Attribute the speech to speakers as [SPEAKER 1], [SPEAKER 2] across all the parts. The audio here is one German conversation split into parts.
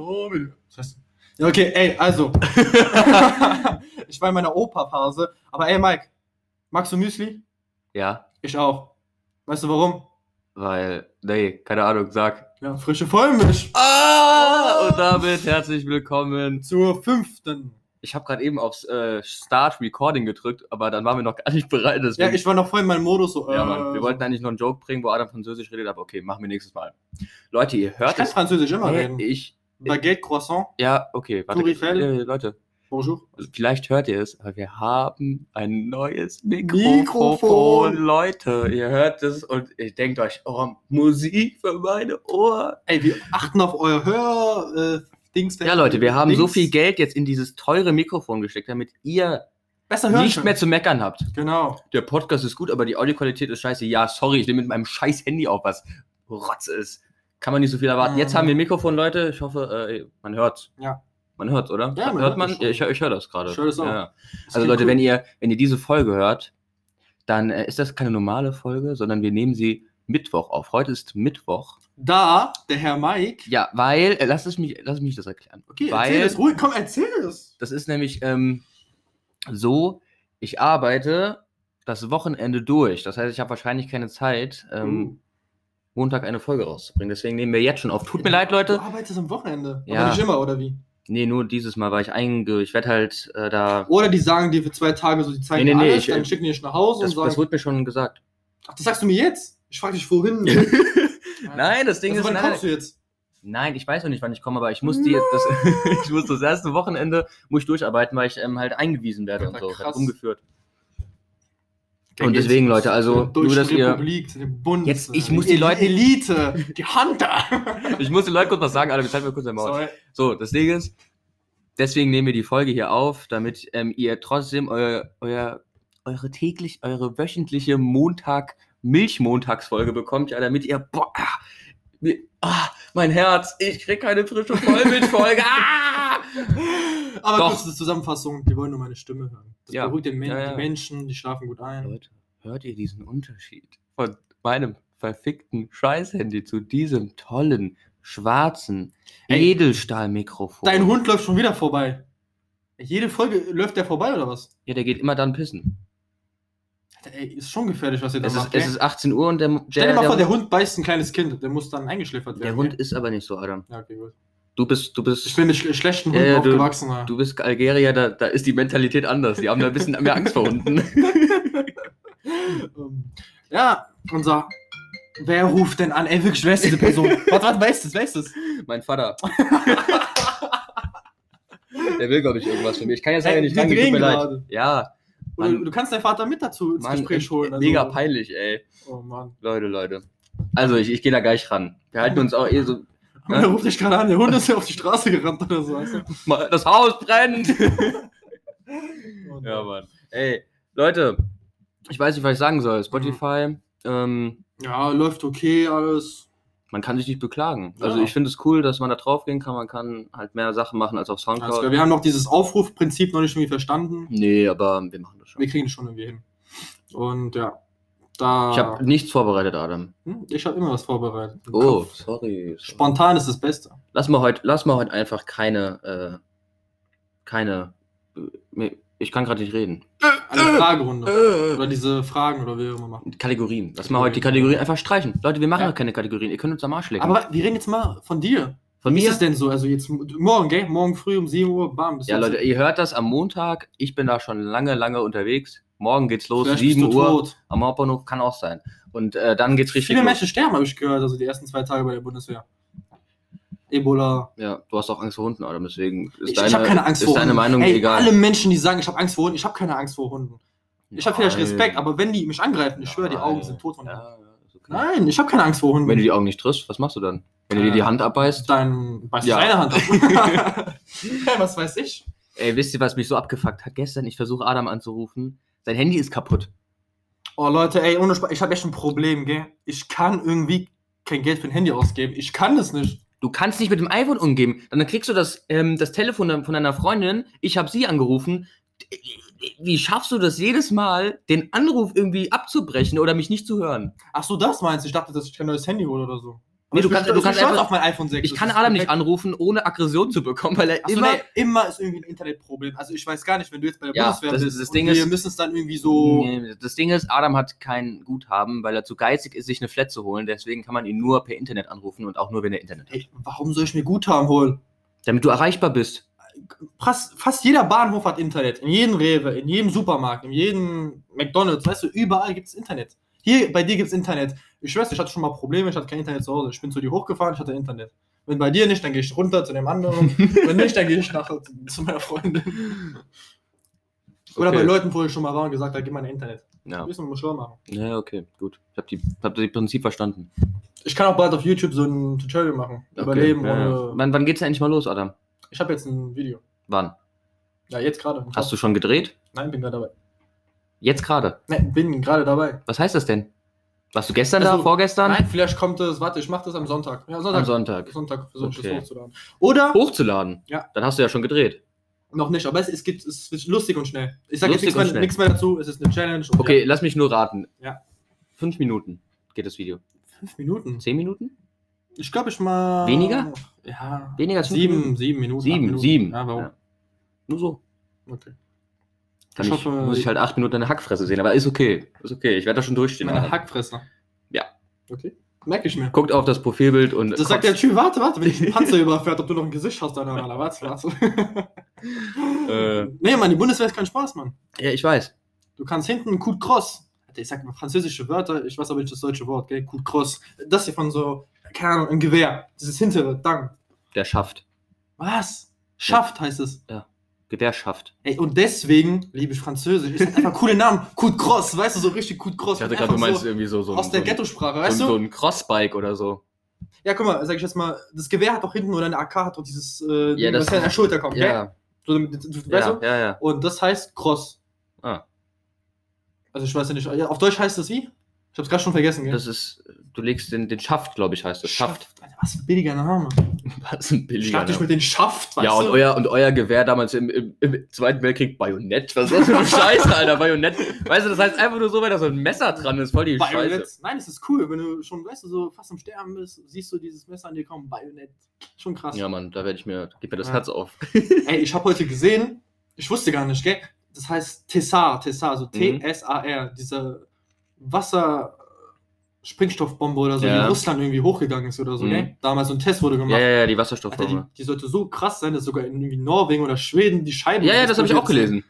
[SPEAKER 1] Robin. Das heißt,
[SPEAKER 2] Ja, Okay, ey, also. ich war in meiner Opa-Phase. Aber ey, Mike, magst du Müsli?
[SPEAKER 3] Ja,
[SPEAKER 2] Ich auch. Weißt du warum?
[SPEAKER 3] weil, nee, keine Ahnung, sag.
[SPEAKER 2] Ja, frische Vollmilch.
[SPEAKER 3] Ah! Und damit herzlich willkommen.
[SPEAKER 2] Zur fünften.
[SPEAKER 3] Ich habe gerade eben aufs äh, Start Recording gedrückt, aber dann waren wir noch gar nicht
[SPEAKER 2] Ja,
[SPEAKER 3] bereit. Deswegen,
[SPEAKER 2] ich Ah. war noch voll in meinem Modus so. äh,
[SPEAKER 3] ja, Mann, wir wollten eigentlich noch einen Joke bringen, wo Adam Französisch redet, aber okay, machen wir nächstes Mal. Leute, ihr
[SPEAKER 2] ich
[SPEAKER 3] hört
[SPEAKER 2] kann
[SPEAKER 3] es.
[SPEAKER 2] Französisch immer
[SPEAKER 3] Nee,
[SPEAKER 2] reden.
[SPEAKER 3] Ich,
[SPEAKER 2] Baguette, Croissant.
[SPEAKER 3] ja, okay, warte.
[SPEAKER 2] Tour Eiffel.
[SPEAKER 3] Äh, Leute,
[SPEAKER 2] Bonjour.
[SPEAKER 3] also vielleicht hört ihr es, aber wir haben ein neues Mikrofon.
[SPEAKER 2] Mikrofon.
[SPEAKER 3] Leute, ihr hört es und ihr denkt euch, oh, Musik für meine Ohren.
[SPEAKER 2] Ey, wir achten auf euer Hör. Äh, Dings,
[SPEAKER 3] Ja, Leute, wir haben
[SPEAKER 2] Dings.
[SPEAKER 3] so viel Geld jetzt in dieses teure Mikrofon gesteckt, damit ihr
[SPEAKER 2] Besser hören
[SPEAKER 3] nicht
[SPEAKER 2] können.
[SPEAKER 3] mehr zu meckern habt.
[SPEAKER 2] Genau.
[SPEAKER 3] Der Podcast ist gut, aber die Audioqualität ist scheiße. Ja, sorry, ich nehme mit meinem scheiß Handy auf, was Rotz ist. Kann man nicht so viel erwarten.
[SPEAKER 2] Mhm.
[SPEAKER 3] Jetzt haben wir ein Mikrofon, Leute. Ich hoffe, äh, man hört's.
[SPEAKER 2] Ja.
[SPEAKER 3] Man hört's, oder?
[SPEAKER 2] Ja, man
[SPEAKER 3] hört
[SPEAKER 2] hört
[SPEAKER 3] man?
[SPEAKER 2] das schon.
[SPEAKER 3] Ja, ich hör- ich höre das gerade.
[SPEAKER 2] Ich hör das auch. Das
[SPEAKER 3] Ja. Also
[SPEAKER 2] klingt
[SPEAKER 3] Leute,
[SPEAKER 2] cool.
[SPEAKER 3] wenn ihr, wenn ihr diese Folge hört, dann äh, ist das keine normale Folge, sondern wir nehmen sie Mittwoch auf. Heute ist Mittwoch.
[SPEAKER 2] Da, der Herr Mike.
[SPEAKER 3] Ja, weil, äh, lass, es mich, lass mich das erklären.
[SPEAKER 2] Okay,
[SPEAKER 3] weil,
[SPEAKER 2] erzähl es ruhig. Komm, erzähl es.
[SPEAKER 3] Das ist nämlich ähm, so, ich arbeite das Wochenende durch. Das heißt, ich habe wahrscheinlich keine Zeit, ähm,
[SPEAKER 2] Uh.
[SPEAKER 3] Montag eine Folge rauszubringen. Deswegen nehmen wir jetzt schon auf. Tut mir leid,
[SPEAKER 2] Du
[SPEAKER 3] Leute.
[SPEAKER 2] arbeitest am Wochenende.
[SPEAKER 3] Ja.
[SPEAKER 2] Aber nicht immer, oder wie?
[SPEAKER 3] Nee, nur dieses Mal war ich einge... Ich werde halt äh, da...
[SPEAKER 2] Oder die sagen dir für zwei Tage so, die zeigen nee,
[SPEAKER 3] Nee, nee,
[SPEAKER 2] nee,
[SPEAKER 3] nee,
[SPEAKER 2] alles,
[SPEAKER 3] ich, äh,
[SPEAKER 2] dann schicken die dich nach Hause
[SPEAKER 3] Das,
[SPEAKER 2] und
[SPEAKER 3] das
[SPEAKER 2] sagen,
[SPEAKER 3] wurde mir schon gesagt.
[SPEAKER 2] ach, das sagst du mir jetzt? Ich frag dich vorhin.
[SPEAKER 3] Nein, das Ding
[SPEAKER 2] also,
[SPEAKER 3] ist...
[SPEAKER 2] wann
[SPEAKER 3] Nein,
[SPEAKER 2] kommst du jetzt?
[SPEAKER 3] nein, ich weiß noch nicht, wann ich komme, aber ich muss die jetzt... Das, ich muss das erste Wochenende muss ich durcharbeiten, weil ich ähm, halt eingewiesen werde und
[SPEAKER 2] Alter,
[SPEAKER 3] so. Ich werd
[SPEAKER 2] krass.
[SPEAKER 3] umgeführt. Und deswegen, Leute, also
[SPEAKER 2] Durch
[SPEAKER 3] nur, dass
[SPEAKER 2] die
[SPEAKER 3] ihr...
[SPEAKER 2] Republik, zu dem Bund.
[SPEAKER 3] Jetzt,
[SPEAKER 2] äh,
[SPEAKER 3] ich muss die
[SPEAKER 2] die
[SPEAKER 3] Leute-
[SPEAKER 2] Elite, die Hunter.
[SPEAKER 3] Ich muss den Leuten kurz was sagen, Alter, jetzt halten wir kurz den Maul.
[SPEAKER 2] Sorry.
[SPEAKER 3] So, das Ding ist, deswegen nehmen wir die Folge hier auf, damit ähm, ihr trotzdem euer, euer, eure täglich, eure wöchentliche Montag, Milchmontagsfolge bekommt, ja, damit ihr, boah, ah, mir- ah, mein Herz, ich krieg keine frische Vollmilchfolge. ah!
[SPEAKER 2] Aber
[SPEAKER 3] Doch.
[SPEAKER 2] kurz zur Zusammenfassung, die wollen nur meine Stimme hören. Das
[SPEAKER 3] Ja.
[SPEAKER 2] beruhigt den Men
[SPEAKER 3] Ja, ja.
[SPEAKER 2] die Menschen, die schlafen gut ein.
[SPEAKER 3] Leute, hört ihr diesen Unterschied von meinem verfickten Scheißhandy zu diesem tollen, schwarzen
[SPEAKER 2] Ey,
[SPEAKER 3] Edelstahlmikrofon?
[SPEAKER 2] Dein Hund läuft schon wieder vorbei. Jede Folge läuft der vorbei, oder was?
[SPEAKER 3] Ja, der geht immer dann pissen.
[SPEAKER 2] Alter, ey, ist schon gefährlich, was ihr da
[SPEAKER 3] Es
[SPEAKER 2] macht.
[SPEAKER 3] ist,
[SPEAKER 2] gell?
[SPEAKER 3] es ist 18 Uhr und der, der,
[SPEAKER 2] Stell dir mal
[SPEAKER 3] der
[SPEAKER 2] vor, der Hund beißt ein kleines Kind, der muss dann eingeschläfert
[SPEAKER 3] Der
[SPEAKER 2] werden.
[SPEAKER 3] Hund
[SPEAKER 2] gell?
[SPEAKER 3] ist aber nicht so, Adam.
[SPEAKER 2] Ja, okay, gut.
[SPEAKER 3] Du bist, du
[SPEAKER 2] Ich
[SPEAKER 3] bist,
[SPEAKER 2] bin mit sch schlechten
[SPEAKER 3] Ja,
[SPEAKER 2] Hunden
[SPEAKER 3] ja, du-
[SPEAKER 2] aufgewachsen. ja.
[SPEAKER 3] du bist Algerier, da, da ist die Mentalität anders. Die haben da ein bisschen mehr Angst vor Hunden.
[SPEAKER 2] Ähm, ja, unser. Wer ruft denn an? Ey, wirklich, wer ist diese Person? was, was, wer ist das? Wer ist das?
[SPEAKER 3] mein Vater. Der will, glaube ich, irgendwas von mir. Ich kann jetzt
[SPEAKER 2] Ey,
[SPEAKER 3] leider nicht
[SPEAKER 2] wir
[SPEAKER 3] rangehen, tut
[SPEAKER 2] drehen
[SPEAKER 3] mir leid.
[SPEAKER 2] gerade.
[SPEAKER 3] Ja,
[SPEAKER 2] Oder
[SPEAKER 3] Mann.
[SPEAKER 2] du kannst deinen Vater mit dazu ins
[SPEAKER 3] Mann,
[SPEAKER 2] Gespräch
[SPEAKER 3] echt
[SPEAKER 2] holen. also-
[SPEAKER 3] mega peinlich, ey.
[SPEAKER 2] Oh Mann.
[SPEAKER 3] Leute, Leute. Also, ich, ich gehe da gleich ran. Wir halten uns auch eh so.
[SPEAKER 2] Ja? Der ruft dich gerade an, der Hund ist ja auf die Straße gerannt oder so. Weißt du?
[SPEAKER 3] Mal- Das Haus brennt!
[SPEAKER 2] Und,
[SPEAKER 3] ja, Mann. Ey, Leute. Ich weiß nicht, was ich sagen soll. Spotify,
[SPEAKER 2] Mhm.
[SPEAKER 3] ähm,
[SPEAKER 2] ja, läuft okay, alles.
[SPEAKER 3] man kann sich nicht beklagen. Also
[SPEAKER 2] Ja.
[SPEAKER 3] ich finde es cool, dass man da draufgehen kann. Man kann halt mehr Sachen machen als auf
[SPEAKER 2] Alles
[SPEAKER 3] Soundcloud.
[SPEAKER 2] klar. Wir haben noch dieses Aufrufprinzip noch nicht irgendwie verstanden.
[SPEAKER 3] nee, aber wir machen das schon.
[SPEAKER 2] Wir kriegen es schon irgendwie hin. Und ja, da.
[SPEAKER 3] Ich habe nichts vorbereitet, Adam.
[SPEAKER 2] Hm, Ich habe immer was vorbereitet. im
[SPEAKER 3] Oh,
[SPEAKER 2] Kopf.
[SPEAKER 3] sorry. sorry.
[SPEAKER 2] Spontan ist das Beste.
[SPEAKER 3] Lass mal heute, lass mal heute einfach keine, äh, keine. äh, Ich kann gerade nicht reden.
[SPEAKER 2] Eine Fragerunde.
[SPEAKER 3] Äh,
[SPEAKER 2] Oder diese Fragen oder wie auch immer machen.
[SPEAKER 3] Kategorien. Lass mal heute die Kategorien einfach streichen. Leute, wir machen
[SPEAKER 2] Ja.
[SPEAKER 3] doch keine Kategorien. Ihr könnt uns am Arsch lecken.
[SPEAKER 2] Aber wir reden jetzt mal von dir.
[SPEAKER 3] Von
[SPEAKER 2] Wie ist
[SPEAKER 3] Äh. mir.
[SPEAKER 2] es denn so? Also jetzt morgen, gell? Morgen früh um 7 Uhr, bam. bist du
[SPEAKER 3] Ja,
[SPEAKER 2] jetzt-
[SPEAKER 3] Leute, ihr hört das am Montag. Ich bin da schon lange, lange unterwegs. Morgen geht's los,
[SPEAKER 2] Vielleicht bist
[SPEAKER 3] 7
[SPEAKER 2] du
[SPEAKER 3] Uhr.
[SPEAKER 2] tot.
[SPEAKER 3] Am Hauptbahnhof kann auch sein. Und äh, dann geht's richtig.
[SPEAKER 2] Viele
[SPEAKER 3] los.
[SPEAKER 2] Menschen sterben, habe ich gehört, also die ersten zwei Tage bei der Bundeswehr. Ebola.
[SPEAKER 3] Ja, du hast auch Angst vor Hunden, Adam. Deswegen ist
[SPEAKER 2] Ich,
[SPEAKER 3] deine,
[SPEAKER 2] ich habe keine Angst
[SPEAKER 3] ist
[SPEAKER 2] vor
[SPEAKER 3] deine
[SPEAKER 2] Hunden.
[SPEAKER 3] Meinung
[SPEAKER 2] Ey,
[SPEAKER 3] egal.
[SPEAKER 2] Alle Menschen, die sagen, ich habe Angst vor Hunden, ich habe keine Angst vor Hunden. Ich habe vielleicht
[SPEAKER 3] Nein.
[SPEAKER 2] Respekt, aber wenn die mich angreifen, ich schwöre, die
[SPEAKER 3] Nein.
[SPEAKER 2] Augen sind tot von denen.
[SPEAKER 3] Ja, ja, ist okay.
[SPEAKER 2] Nein, ich habe keine Angst vor Hunden.
[SPEAKER 3] Wenn du die Augen nicht triffst, was machst du dann? Wenn du dir die
[SPEAKER 2] Äh.
[SPEAKER 3] Hand abbeißt?
[SPEAKER 2] Dein, weißt
[SPEAKER 3] Ja.
[SPEAKER 2] ja. deine Hand ab. Hey, Was weiß ich?
[SPEAKER 3] Ey, wisst ihr, was mich so abgefuckt hat? Gestern, ich versuche Adam anzurufen. Sein Handy ist kaputt.
[SPEAKER 2] Oh Leute, ey, ohne Spaß, ich habe echt ein Problem, gell? Ich kann irgendwie kein Geld für ein Handy ausgeben. Ich kann das nicht.
[SPEAKER 3] Du kannst nicht mit dem iPhone umgehen. Dann kriegst du das, ähm, das Telefon dann von deiner Freundin. Ich habe sie angerufen. Wie schaffst du das jedes Mal, den Anruf irgendwie abzubrechen oder mich nicht zu hören?
[SPEAKER 2] Ach so, das meinst du? Ich dachte, dass ich kein neues Handy hole oder so. Aber
[SPEAKER 3] Nee,
[SPEAKER 2] ich
[SPEAKER 3] du
[SPEAKER 2] bin-
[SPEAKER 3] kannst-
[SPEAKER 2] ich
[SPEAKER 3] du
[SPEAKER 2] bin
[SPEAKER 3] kannst
[SPEAKER 2] stolz
[SPEAKER 3] einfach-
[SPEAKER 2] auf mein iPhone 6.
[SPEAKER 3] Ich
[SPEAKER 2] Das
[SPEAKER 3] kann
[SPEAKER 2] ist
[SPEAKER 3] Adam nicht
[SPEAKER 2] perfekt.
[SPEAKER 3] anregten. anrufen, ohne Aggression zu bekommen, weil er
[SPEAKER 2] Achso,
[SPEAKER 3] immer.
[SPEAKER 2] immer, nee, immer ist irgendwie ein Internetproblem. Also ich weiß gar nicht, wenn du jetzt bei der
[SPEAKER 3] Ja,
[SPEAKER 2] Bundeswehr
[SPEAKER 3] das
[SPEAKER 2] bist
[SPEAKER 3] ist- das
[SPEAKER 2] und
[SPEAKER 3] Ding
[SPEAKER 2] wir
[SPEAKER 3] ist-
[SPEAKER 2] müssen es dann irgendwie so...
[SPEAKER 3] Nee, Das Ding ist, Adam hat kein Guthaben, weil er zu geizig ist, sich eine Flat zu holen. Deswegen kann man ihn nur per Internet anrufen und auch nur, wenn er Internet hat.
[SPEAKER 2] Ey, warum soll ich mir Guthaben holen?
[SPEAKER 3] Damit du erreichbar bist.
[SPEAKER 2] Fast, fast jeder Bahnhof hat Internet. In jedem Rewe, in jedem Supermarkt, in jedem McDonalds, weißt du, überall gibt es Internet. Hier, bei dir gibt es Internet. Ich schwör's, dir, ich hatte schon mal Probleme, ich hatte kein Internet zu Hause. Ich bin zu dir hochgefahren, ich hatte Internet. Wenn bei dir nicht, dann gehe ich runter zu dem anderen. Wenn nicht, dann gehe ich nach, zu meiner Freundin. Oder
[SPEAKER 3] Okay.
[SPEAKER 2] bei Leuten, wo ich schon mal war und gesagt habe, gib mal ein Internet.
[SPEAKER 3] Ja.
[SPEAKER 2] Müssen wir mal schlau machen.
[SPEAKER 3] Ja, okay, gut. Ich habe hab das Prinzip verstanden.
[SPEAKER 2] Ich kann auch bald auf YouTube so ein Tutorial machen.
[SPEAKER 3] Okay.
[SPEAKER 2] Überleben
[SPEAKER 3] Ja, ja.
[SPEAKER 2] ohne.
[SPEAKER 3] Wann, wann geht's denn endlich mal los, Adam?
[SPEAKER 2] Ich habe jetzt ein Video.
[SPEAKER 3] Wann?
[SPEAKER 2] Ja, jetzt gerade.
[SPEAKER 3] Hast du schon gedreht?
[SPEAKER 2] Nein, bin gerade dabei.
[SPEAKER 3] Jetzt gerade.
[SPEAKER 2] Ne, bin gerade dabei.
[SPEAKER 3] Was heißt das denn? Warst du gestern da,
[SPEAKER 2] Also,
[SPEAKER 3] vorgestern?
[SPEAKER 2] Nein, vielleicht kommt es, warte, ich mache das am Sonntag. Ja, Sonntag.
[SPEAKER 3] Am Sonntag.
[SPEAKER 2] Sonntag versuche ich
[SPEAKER 3] Okay. Oh.
[SPEAKER 2] das hochzuladen. Oder
[SPEAKER 3] Hochzuladen?
[SPEAKER 2] Ja.
[SPEAKER 3] Dann hast du ja schon gedreht.
[SPEAKER 2] noch nicht, aber es, es, gibt, es ist lustig und schnell. Ich sage jetzt nichts
[SPEAKER 3] Lustig und
[SPEAKER 2] mehr,
[SPEAKER 3] schnell.
[SPEAKER 2] nichts mehr dazu, es ist eine Challenge. und
[SPEAKER 3] Okay,
[SPEAKER 2] Ja,
[SPEAKER 3] lass mich nur raten.
[SPEAKER 2] Ja.
[SPEAKER 3] Fünf Minuten geht das Video.
[SPEAKER 2] fünf Minuten.
[SPEAKER 3] Zehn Minuten?
[SPEAKER 2] Ich glaube, ich mal.
[SPEAKER 3] Weniger?
[SPEAKER 2] Ja.
[SPEAKER 3] Weniger als fünf
[SPEAKER 2] Sieben,
[SPEAKER 3] Minuten?
[SPEAKER 2] sieben Minuten. acht
[SPEAKER 3] Sieben,
[SPEAKER 2] Minuten.
[SPEAKER 3] sieben.
[SPEAKER 2] Ja, warum?
[SPEAKER 3] Ja. Nur so.
[SPEAKER 2] Okay.
[SPEAKER 3] Kann
[SPEAKER 2] Ich
[SPEAKER 3] ich,
[SPEAKER 2] hoffe,
[SPEAKER 3] muss ich halt acht Minuten deine Hackfresse sehen, aber ist okay. Ist okay, ich werde da schon durchstehen.
[SPEAKER 2] Meine
[SPEAKER 3] Alter.
[SPEAKER 2] Hackfresse.
[SPEAKER 3] Ja.
[SPEAKER 2] Okay. Merke ich mir.
[SPEAKER 3] Guckt auf das Profilbild und.
[SPEAKER 2] Das sagt der Typ, warte, warte, wenn ich einen Panzer überfährt, ob du noch ein Gesicht hast, dann Alter, warte,
[SPEAKER 3] Äh.
[SPEAKER 2] warte. nee, Mann, die Bundeswehr ist kein Spaß, Mann.
[SPEAKER 3] ja, ich weiß.
[SPEAKER 2] Du kannst hinten Coup de cross. Alter, Ich sag mal französische Wörter, ich weiß aber nicht das deutsche Wort, gell? Coup de cross. Das hier von so, keine Ahnung, ein Gewehr. Dieses hintere, Dang.
[SPEAKER 3] Der schafft.
[SPEAKER 2] Was? Schafft heißt es.
[SPEAKER 3] Der schafft.
[SPEAKER 2] Ey, und deswegen liebe ich Französisch. Ich sag einfach coole Namen. Coup de cross, weißt du, so richtig Coup de cross.
[SPEAKER 3] Ich hatte
[SPEAKER 2] Einfach
[SPEAKER 3] gerade, du meinst
[SPEAKER 2] so
[SPEAKER 3] irgendwie so, so,
[SPEAKER 2] aus
[SPEAKER 3] ein-
[SPEAKER 2] der
[SPEAKER 3] so, ein-
[SPEAKER 2] Ghetto-Sprache,
[SPEAKER 3] so, ein-
[SPEAKER 2] weißt
[SPEAKER 3] so
[SPEAKER 2] du?
[SPEAKER 3] ein Crossbike oder so.
[SPEAKER 2] Ja, guck mal, sag ich jetzt mal, das Gewehr hat doch hinten oder eine AK hat doch dieses, äh,
[SPEAKER 3] Ja,
[SPEAKER 2] Ding,
[SPEAKER 3] das-
[SPEAKER 2] was ja an der Schulter kommt, gell?
[SPEAKER 3] Ja,
[SPEAKER 2] So, damit- du, du, weißt
[SPEAKER 3] ja,
[SPEAKER 2] du?
[SPEAKER 3] ja, ja.
[SPEAKER 2] Und das heißt Cross.
[SPEAKER 3] Ah.
[SPEAKER 2] Also ich weiß ja nicht. Ja, auf Deutsch heißt das wie? Ich hab's gerade schon vergessen, gell?
[SPEAKER 3] Das ist, du legst den, den Schaft, glaube ich, heißt das. Schaft.
[SPEAKER 2] Alter, was für ein billiger Name.
[SPEAKER 3] Was
[SPEAKER 2] Schlag
[SPEAKER 3] ein billiger.
[SPEAKER 2] dich
[SPEAKER 3] Name.
[SPEAKER 2] mit den Schaft, weißt
[SPEAKER 3] Ja, und
[SPEAKER 2] du?
[SPEAKER 3] euer, und euer Gewehr damals im, im, im Zweiten Weltkrieg, Bajonett. Was ist das für eine Scheiße, Alter? Bajonett. Weißt du, das heißt einfach nur so, weil da so ein Messer dran ist. Voll die
[SPEAKER 2] Bajonett.
[SPEAKER 3] Scheiße.
[SPEAKER 2] Nein, es ist cool, wenn du schon, weißt du, so fast am Sterben bist, siehst du dieses Messer an dir kommen, Bajonett. Schon krass.
[SPEAKER 3] Ja, Mann, da werde ich mir, gib mir das
[SPEAKER 2] Ja.
[SPEAKER 3] Herz auf.
[SPEAKER 2] Ey, ich habe heute gesehen, ich wusste gar nicht, gell? Das heißt Tessar, Tessar, also
[SPEAKER 3] Mhm.
[SPEAKER 2] T-S-A-R, diese Wasser-Springstoffbombe oder so, die
[SPEAKER 3] Ja.
[SPEAKER 2] in Russland irgendwie hochgegangen ist oder so,
[SPEAKER 3] Mhm.
[SPEAKER 2] gell? Damals so ein Test wurde gemacht.
[SPEAKER 3] Ja, ja, ja,
[SPEAKER 2] Alter,
[SPEAKER 3] die
[SPEAKER 2] die,
[SPEAKER 3] Wasserstoffbombe.
[SPEAKER 2] die sollte so krass sein, dass sogar in irgendwie Norwegen oder Schweden die Scheiben.
[SPEAKER 3] Ja, ja, das habe ich auch gelesen.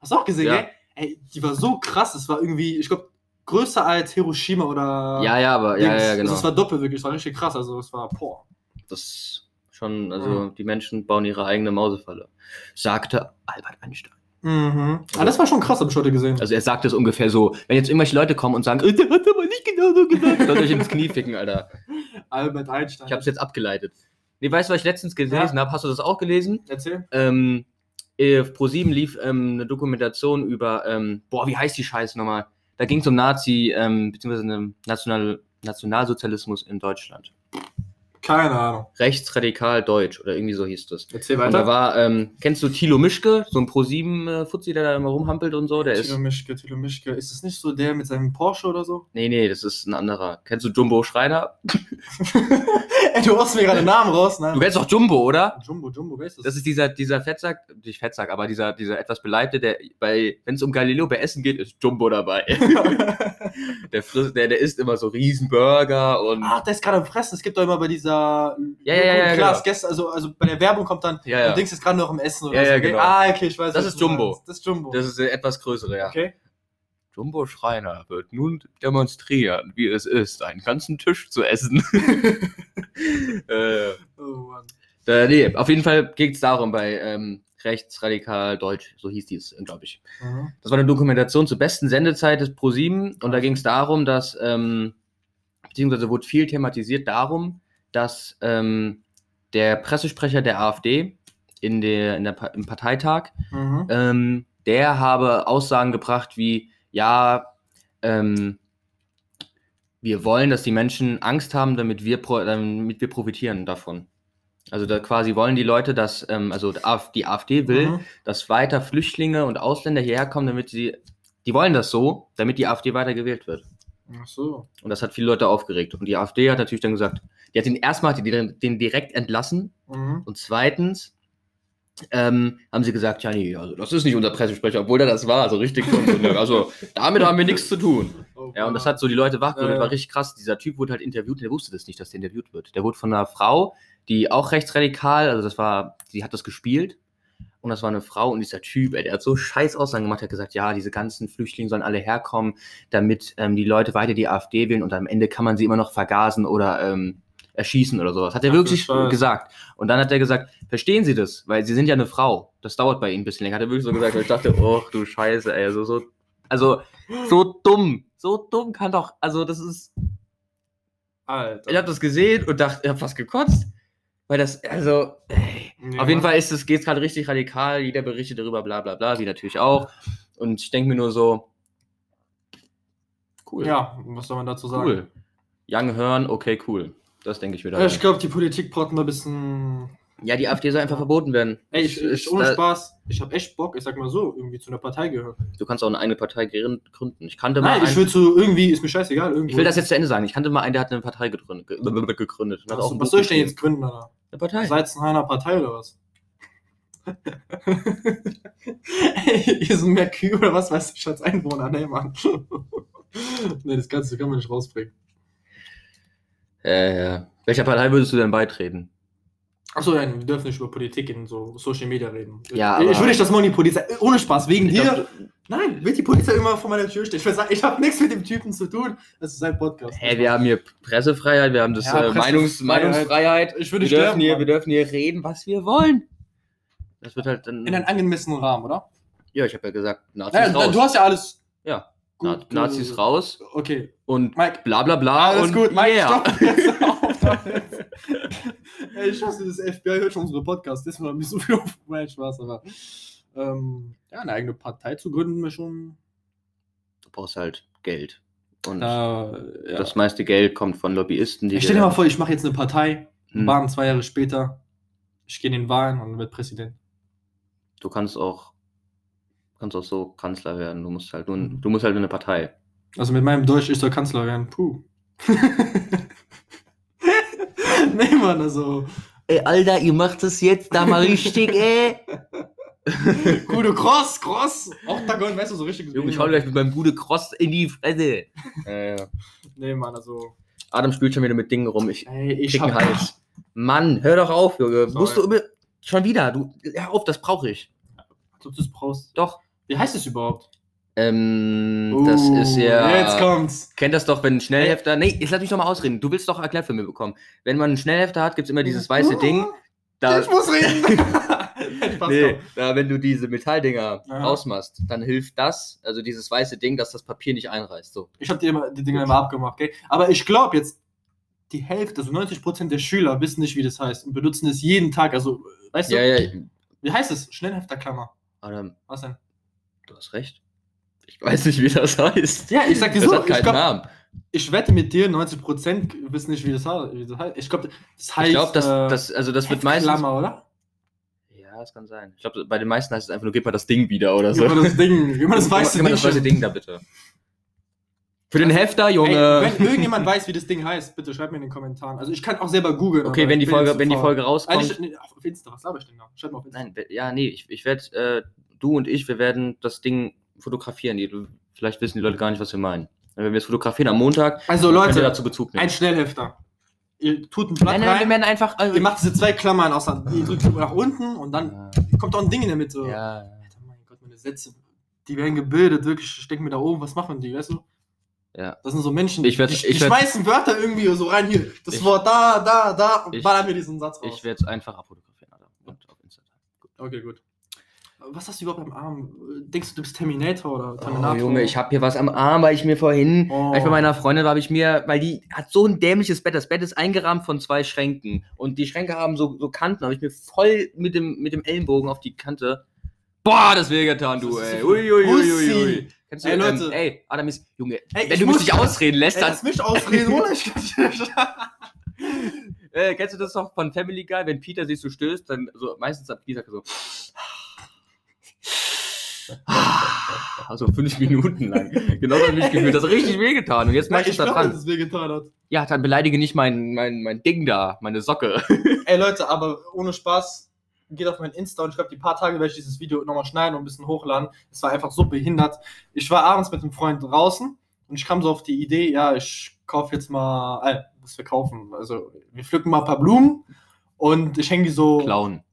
[SPEAKER 2] Hast du auch gesehen,
[SPEAKER 3] Ja.
[SPEAKER 2] gell? Ey, die war so krass, es war irgendwie, ich glaube, größer als Hiroshima oder.
[SPEAKER 3] Ja, ja, aber, ja,
[SPEAKER 2] Dings.
[SPEAKER 3] ja,
[SPEAKER 2] Also,
[SPEAKER 3] genau.
[SPEAKER 2] es war doppelt wirklich, es war richtig krass, also es war, boah.
[SPEAKER 3] Das ist schon, also die Menschen bauen ihre eigene Mausefalle, sagte Albert Einstein.
[SPEAKER 2] Mhm. Aber das war schon krass, habe ich heute gesehen.
[SPEAKER 3] Also er sagt es ungefähr so, wenn jetzt irgendwelche Leute kommen und sagen, "Äh, der hat aber nicht genau so gesagt, sollt ihr euch ins Knie ficken, Alter.
[SPEAKER 2] Albert Einstein.
[SPEAKER 3] Ich hab's jetzt abgeleitet. Nee, weißt du, was ich letztens gelesen habe? Hast du das auch gelesen?
[SPEAKER 2] Erzähl.
[SPEAKER 3] Ähm, auf ProSieben lief ähm, eine Dokumentation über, ähm, boah, wie heißt die Scheiße nochmal? Da ging es um Nazi, ähm, beziehungsweise einen National, Nationalsozialismus in Deutschland.
[SPEAKER 2] Keine Ahnung.
[SPEAKER 3] Rechtsradikal Deutsch oder irgendwie so hieß das.
[SPEAKER 2] Erzähl
[SPEAKER 3] Und da
[SPEAKER 2] weiter.
[SPEAKER 3] war, ähm, kennst du Thilo Mischke, so ein ProSieben-Fuzzi, der da immer rumhampelt und so? Der
[SPEAKER 2] Thilo
[SPEAKER 3] ist.
[SPEAKER 2] Mischke, Thilo Mischke. Ist es nicht so der mit seinem Porsche oder so?
[SPEAKER 3] Nee, nee, das ist ein anderer. Kennst du Jumbo Schreiner?
[SPEAKER 2] Ey, du hast mir gerade Namen raus,
[SPEAKER 3] Du
[SPEAKER 2] nein.
[SPEAKER 3] kennst doch Jumbo, oder?
[SPEAKER 2] Jumbo, Jumbo, wer ist das?
[SPEAKER 3] Das ist dieser, dieser Fettsack, nicht Fettsack, aber dieser, dieser etwas Beleibte, der bei, wenn es um Galileo bei Essen geht, ist Jumbo dabei. der, frisst, der, der isst immer so Riesenburger und.
[SPEAKER 2] Ach, Ah, der ist gerade am Fressen. Es gibt doch immer bei dieser
[SPEAKER 3] Ja, ja, ja, ja,
[SPEAKER 2] Klar,
[SPEAKER 3] genau.
[SPEAKER 2] gestern, also, also bei der Werbung kommt dann,
[SPEAKER 3] Ja, ja.
[SPEAKER 2] du denkst jetzt gerade noch am Essen oder
[SPEAKER 3] Ja,
[SPEAKER 2] so.
[SPEAKER 3] ja,
[SPEAKER 2] gell?
[SPEAKER 3] genau.
[SPEAKER 2] Ah, okay, ich weiß
[SPEAKER 3] Das
[SPEAKER 2] was
[SPEAKER 3] ist
[SPEAKER 2] du
[SPEAKER 3] Jumbo.
[SPEAKER 2] meinst. Das ist Jumbo.
[SPEAKER 3] Das ist der etwas größere, ja.
[SPEAKER 2] okay.
[SPEAKER 3] Jumbo Schreiner wird nun demonstrieren, wie es ist, einen ganzen Tisch zu essen. äh,
[SPEAKER 2] Oh, Mann.
[SPEAKER 3] Äh, nee, auf jeden Fall ging es darum bei ähm, Rechtsradikal Deutsch, so hieß dies, glaube ich.
[SPEAKER 2] Mhm.
[SPEAKER 3] Das war eine Dokumentation zur besten Sendezeit des ProSieben und da ging es darum, dass, ähm, beziehungsweise wurde viel thematisiert darum, dass ähm, der Pressesprecher der AfD in der, in der, Pa- im Parteitag,
[SPEAKER 2] Mhm.
[SPEAKER 3] ähm, der habe Aussagen gebracht wie, ja, ähm, wir wollen, dass die Menschen Angst haben, damit wir, pro, damit wir profitieren davon. Also da quasi wollen die Leute, dass, ähm, also die AfD die AfD will,
[SPEAKER 2] Mhm.
[SPEAKER 3] dass weiter Flüchtlinge und Ausländer hierher kommen, damit sie, die wollen das so, damit die AfD weiter gewählt wird.
[SPEAKER 2] Ach so.
[SPEAKER 3] Und das hat viele Leute aufgeregt. Und die AfD hat natürlich dann gesagt, Die hat ihn erstmal hat die den, den direkt entlassen
[SPEAKER 2] Mhm.
[SPEAKER 3] und zweitens ähm, haben sie gesagt, ja, nee, also das ist nicht unser Pressesprecher, obwohl er das war, also richtig. schon so, ne, also damit haben wir nichts zu tun.
[SPEAKER 2] Oh,
[SPEAKER 3] Ja, und das hat so die Leute wachgerüttelt,
[SPEAKER 2] Ja, ja.
[SPEAKER 3] war richtig krass. Dieser Typ wurde halt interviewt, der wusste das nicht, dass der interviewt wird. Der wurde von einer Frau, die auch rechtsradikal, also das war, die hat das gespielt. Und das war eine Frau und dieser Typ, ey, der hat so scheiß Aussagen gemacht, hat gesagt, ja, diese ganzen Flüchtlinge sollen alle herkommen, damit ähm, die Leute weiter die AfD wählen und am Ende kann man sie immer noch vergasen oder ähm, erschießen oder sowas. Hat er
[SPEAKER 2] Ach, du
[SPEAKER 3] wirklich
[SPEAKER 2] Scheiße.
[SPEAKER 3] gesagt. Und dann hat er gesagt, verstehen Sie das? Weil Sie sind ja eine Frau. Das dauert bei Ihnen ein bisschen länger. Hat er wirklich so gesagt. Und ich dachte, oh du Scheiße, ey, so, so, also, so dumm. So dumm kann doch, also das ist, ich
[SPEAKER 2] Alter.
[SPEAKER 3] habe das gesehen und dachte, ich habe fast gekotzt. Weil das, also, ey.
[SPEAKER 2] Nee,
[SPEAKER 3] auf jeden
[SPEAKER 2] Mann.
[SPEAKER 3] Fall ist es, geht's gerade richtig radikal, jeder berichtet darüber, bla bla bla, wie natürlich auch. Und ich denke mir nur so, cool.
[SPEAKER 2] Ja, was soll man dazu sagen?
[SPEAKER 3] cool. Young Hearn, okay, cool. Das denke ich wieder.
[SPEAKER 2] Äh, Ich glaube, die Politik braucht mal ein bisschen.
[SPEAKER 3] ja, die AfD soll einfach verboten werden.
[SPEAKER 2] Ey, ich,
[SPEAKER 3] Ist-
[SPEAKER 2] ich, ohne
[SPEAKER 3] da-
[SPEAKER 2] Spaß, ich habe echt Bock, ich sag mal so, irgendwie zu einer Partei gehören.
[SPEAKER 3] Du kannst auch eine eigene Partei grün- gründen. Ich kannte mal.
[SPEAKER 2] Nein, ich
[SPEAKER 3] einen-
[SPEAKER 2] will zu irgendwie, ist mir scheißegal, irgendwie.
[SPEAKER 3] ich will das jetzt zu Ende sagen. Ich kannte mal einen, der hat eine Partei gegründet. ge- gegründet und hat auch ein
[SPEAKER 2] Was, was
[SPEAKER 3] Buch
[SPEAKER 2] soll ich denn
[SPEAKER 3] geschrieben.
[SPEAKER 2] jetzt gründen, Alter?
[SPEAKER 3] Eine Partei.
[SPEAKER 2] Seizenhainer Partei oder was? Ey, Hier sind mehr Kühe oder was weiß ich als Einwohner, nee, Mann. nee, das Ganze kann man nicht rausbringen.
[SPEAKER 3] Äh, ja. welcher Partei würdest du denn beitreten?
[SPEAKER 2] Achso, ja, wir dürfen nicht über Politik in so Social Media reden.
[SPEAKER 3] Ja,
[SPEAKER 2] ich,
[SPEAKER 3] aber-
[SPEAKER 2] ich würde nicht, dass morgen die Polizei, ohne Spaß, wegen
[SPEAKER 3] Ich
[SPEAKER 2] dir.
[SPEAKER 3] glaub,
[SPEAKER 2] Nein, wird die Polizei immer vor meiner Tür stehen. Ich, will sagen, ich habe nichts mit dem Typen zu tun. Das ist sein Podcast.
[SPEAKER 3] Hey, wir haben hier Pressefreiheit, wir haben das
[SPEAKER 2] Ja,
[SPEAKER 3] äh, Meinungs
[SPEAKER 2] Pressefreiheit.
[SPEAKER 3] Meinungsfreiheit.
[SPEAKER 2] ich
[SPEAKER 3] Wir
[SPEAKER 2] würde
[SPEAKER 3] dürfen,
[SPEAKER 2] sterben.
[SPEAKER 3] hier, wir
[SPEAKER 2] Mann.
[SPEAKER 3] dürfen hier reden, was wir wollen. Das wird halt dann.
[SPEAKER 2] in einem angemessenen Rahmen, oder?
[SPEAKER 3] ja, ich habe ja gesagt, Nazis
[SPEAKER 2] Naja,
[SPEAKER 3] raus.
[SPEAKER 2] du hast ja alles.
[SPEAKER 3] Ja. Na,
[SPEAKER 2] Gut,
[SPEAKER 3] Nazis
[SPEAKER 2] äh,
[SPEAKER 3] raus
[SPEAKER 2] Okay.
[SPEAKER 3] und
[SPEAKER 2] Mike.
[SPEAKER 3] bla bla bla.
[SPEAKER 2] Alles
[SPEAKER 3] und
[SPEAKER 2] gut, Mike,
[SPEAKER 3] yeah.
[SPEAKER 2] stopp jetzt auf damit. Ey, ich wusste, das FBI hört schon unsere Podcasts, deswegen haben wir so viel auf Nein, Spaß, aber ähm, ja, eine eigene Partei zu gründen wir schon.
[SPEAKER 3] Du brauchst halt Geld. Und
[SPEAKER 2] Äh, ja.
[SPEAKER 3] das meiste Geld kommt von Lobbyisten, die.
[SPEAKER 2] ich stell dir mal vor, ich mache jetzt eine Partei,
[SPEAKER 3] Hm.
[SPEAKER 2] bam, zwei Jahre später, ich gehe in den Wahlen und werde Präsident.
[SPEAKER 3] du kannst auch, kannst auch so Kanzler werden. Du musst halt nur,
[SPEAKER 2] Mhm.
[SPEAKER 3] du musst halt nur eine Partei.
[SPEAKER 2] Also mit meinem Deutsch, ich soll Kanzler werden. Puh. nee, Mann, also.
[SPEAKER 3] Ey, Alter, ihr macht das jetzt da mal richtig, ey.
[SPEAKER 2] Gute Cross, Cross, Octagon, weißt du, so richtig.
[SPEAKER 3] Junge, ich hau gleich mit meinem gute Cross in die Fresse.
[SPEAKER 2] Nee, Mann, also.
[SPEAKER 3] Adam spielt schon wieder mit Dingen rum. Ich
[SPEAKER 2] Ey, ich
[SPEAKER 3] krieg einen
[SPEAKER 2] hab-
[SPEAKER 3] Hals. Mann, hör doch auf, Junge.
[SPEAKER 2] Sorry.
[SPEAKER 3] Musst du immer. Schon wieder, du. Hör auf, das brauche ich.
[SPEAKER 2] Als ob du es brauchst.
[SPEAKER 3] Doch.
[SPEAKER 2] Wie heißt es überhaupt? Oh,
[SPEAKER 3] Ähm, das ist ja.
[SPEAKER 2] Uh, Jetzt kommt's.
[SPEAKER 3] Kennt das doch, wenn ein Schnellhefter. Nee, jetzt lass mich doch mal ausreden. Du willst doch erklärt für mich bekommen. Wenn man einen Schnellhefter hat, gibt's immer dieses weiße Ding. Da,
[SPEAKER 2] Uh, ich muss reden. Spaß,
[SPEAKER 3] nee,
[SPEAKER 2] komm.
[SPEAKER 3] da, wenn du diese Metalldinger
[SPEAKER 2] Ja.
[SPEAKER 3] rausmachst, dann hilft das, also dieses weiße Ding, dass das Papier nicht einreißt. So.
[SPEAKER 2] Ich hab dir immer, die Dinger immer abgemacht, okay? Aber ich glaube jetzt, die Hälfte, also 90% der Schüler wissen nicht, wie das heißt und benutzen es jeden Tag. Also, weißt du,
[SPEAKER 3] Ja, ja,
[SPEAKER 2] wie heißt es? Schnellhefterklammer.
[SPEAKER 3] Adam,
[SPEAKER 2] Was denn?
[SPEAKER 3] du hast recht. Ich weiß nicht, wie das heißt.
[SPEAKER 2] Ja, ich sag dir
[SPEAKER 3] Das
[SPEAKER 2] so,
[SPEAKER 3] hat
[SPEAKER 2] ich
[SPEAKER 3] keinen
[SPEAKER 2] glaub-
[SPEAKER 3] Namen.
[SPEAKER 2] Ich wette mit dir, 90% wissen nicht, wie das heißt. Wie das heißt. Ich glaube, das heißt.
[SPEAKER 3] ich glaube, das,
[SPEAKER 2] äh,
[SPEAKER 3] das, also das wird meistens.
[SPEAKER 2] Heftklammer, oder?
[SPEAKER 3] Ja, das kann sein. Ich glaube, bei den meisten heißt es einfach nur, gib mal das Ding wieder oder so.
[SPEAKER 2] Also. Immer das Ding, immer das weiße
[SPEAKER 3] Gib mal
[SPEAKER 2] Ding.
[SPEAKER 3] das weiße
[SPEAKER 2] schon.
[SPEAKER 3] Ding da bitte. Für den Hefter,
[SPEAKER 2] Also, Ey,
[SPEAKER 3] Junge.
[SPEAKER 2] wenn irgendjemand weiß, wie das Ding heißt, bitte schreibt mir in den Kommentaren. Also ich kann auch selber googeln.
[SPEAKER 3] okay,
[SPEAKER 2] aber
[SPEAKER 3] wenn die
[SPEAKER 2] ich bin
[SPEAKER 3] Folge,
[SPEAKER 2] jetzt
[SPEAKER 3] wenn die
[SPEAKER 2] zu
[SPEAKER 3] Folge
[SPEAKER 2] faul.
[SPEAKER 3] rauskommt.
[SPEAKER 2] Eigentlich, nee, auf Insta, was laber ich denn da? Schreib mal auf Insta.
[SPEAKER 3] Nein, we- ja, nee, ich, ich werde, äh, du und ich, wir werden das Ding fotografieren. Die, du- vielleicht wissen die Leute gar nicht, was wir meinen. Wenn wir es fotografieren am Montag,
[SPEAKER 2] Also
[SPEAKER 3] könnt ihr
[SPEAKER 2] Leute,
[SPEAKER 3] dazu Bezug nehmen.
[SPEAKER 2] ein Schnellhefter. Ihr tut ein Blatt
[SPEAKER 3] nein, nein, wir
[SPEAKER 2] rein,
[SPEAKER 3] werden einfach. äh,
[SPEAKER 2] ihr macht diese zwei Klammern außer, ihr drückt nach unten und dann kommt auch ein Ding in der Mitte.
[SPEAKER 3] ja,
[SPEAKER 2] Alter, mein Gott, meine Sätze, die werden gebildet, wirklich. Ich denke mir da oben, was machen die, weißt du?
[SPEAKER 3] Ja.
[SPEAKER 2] Das sind so Menschen,
[SPEAKER 3] Ich werd-
[SPEAKER 2] die, die
[SPEAKER 3] ich werd-
[SPEAKER 2] schmeißen Wörter irgendwie so rein hier. Das
[SPEAKER 3] Ich-
[SPEAKER 2] Wort da, da, da und
[SPEAKER 3] Ich-
[SPEAKER 2] ballern mir diesen Satz raus.
[SPEAKER 3] ich werde es einfach abfotografieren, Alter. Und auf Instagram.
[SPEAKER 2] Okay, gut. Was hast du überhaupt am Arm? Denkst du, du bist Terminator oder
[SPEAKER 3] Oh,
[SPEAKER 2] Terminator?
[SPEAKER 3] Junge, ich habe hier was am Arm, weil ich mir vorhin
[SPEAKER 2] Oh.
[SPEAKER 3] Als ich bei meiner Freundin war, habe ich mir, weil die hat so ein dämliches Bett. Das Bett ist eingerahmt von zwei Schränken. Und die Schränke haben so, so Kanten, habe ich mir voll mit dem, mit dem Ellenbogen auf die Kante. Boah, das wehgetan, du,
[SPEAKER 2] Das ist
[SPEAKER 3] ey.
[SPEAKER 2] so
[SPEAKER 3] Ui, ui, ui, ui,
[SPEAKER 2] Pussy.
[SPEAKER 3] ui. Kennst du,
[SPEAKER 2] Ey,
[SPEAKER 3] ey, Leute.
[SPEAKER 2] Leute.
[SPEAKER 3] Ähm, ey, Adam ist, Junge,
[SPEAKER 2] Ey,
[SPEAKER 3] wenn
[SPEAKER 2] ich
[SPEAKER 3] du mich
[SPEAKER 2] muss-
[SPEAKER 3] nicht ausreden lässt,
[SPEAKER 2] Ey,
[SPEAKER 3] dann.
[SPEAKER 2] lass mich ausreden, oder? Ich,
[SPEAKER 3] Äh, kennst du das doch von Family Guy? Wenn Peter sich so stößt, dann so meistens hat Peter so. Also fünf Minuten lang. Genau das habe ich gefühlt. Das hat richtig wehgetan. Und jetzt
[SPEAKER 2] Nein,
[SPEAKER 3] merke ich
[SPEAKER 2] ich
[SPEAKER 3] da
[SPEAKER 2] glaube, dass
[SPEAKER 3] dran.
[SPEAKER 2] es wehgetan hat.
[SPEAKER 3] Ja, dann beleidige nicht mein, mein, mein Ding da, meine Socke.
[SPEAKER 2] Ey Leute, aber ohne Spaß, geht auf mein Insta und ich glaube, die paar Tage werde ich dieses Video nochmal schneiden und ein bisschen hochladen. Es war einfach so behindert. Ich war abends mit einem Freund draußen und ich kam so auf die Idee, ja, ich kaufe jetzt mal, äh, was wir kaufen. Also, wir pflücken mal ein paar Blumen und ich hänge die so.
[SPEAKER 3] Klauen.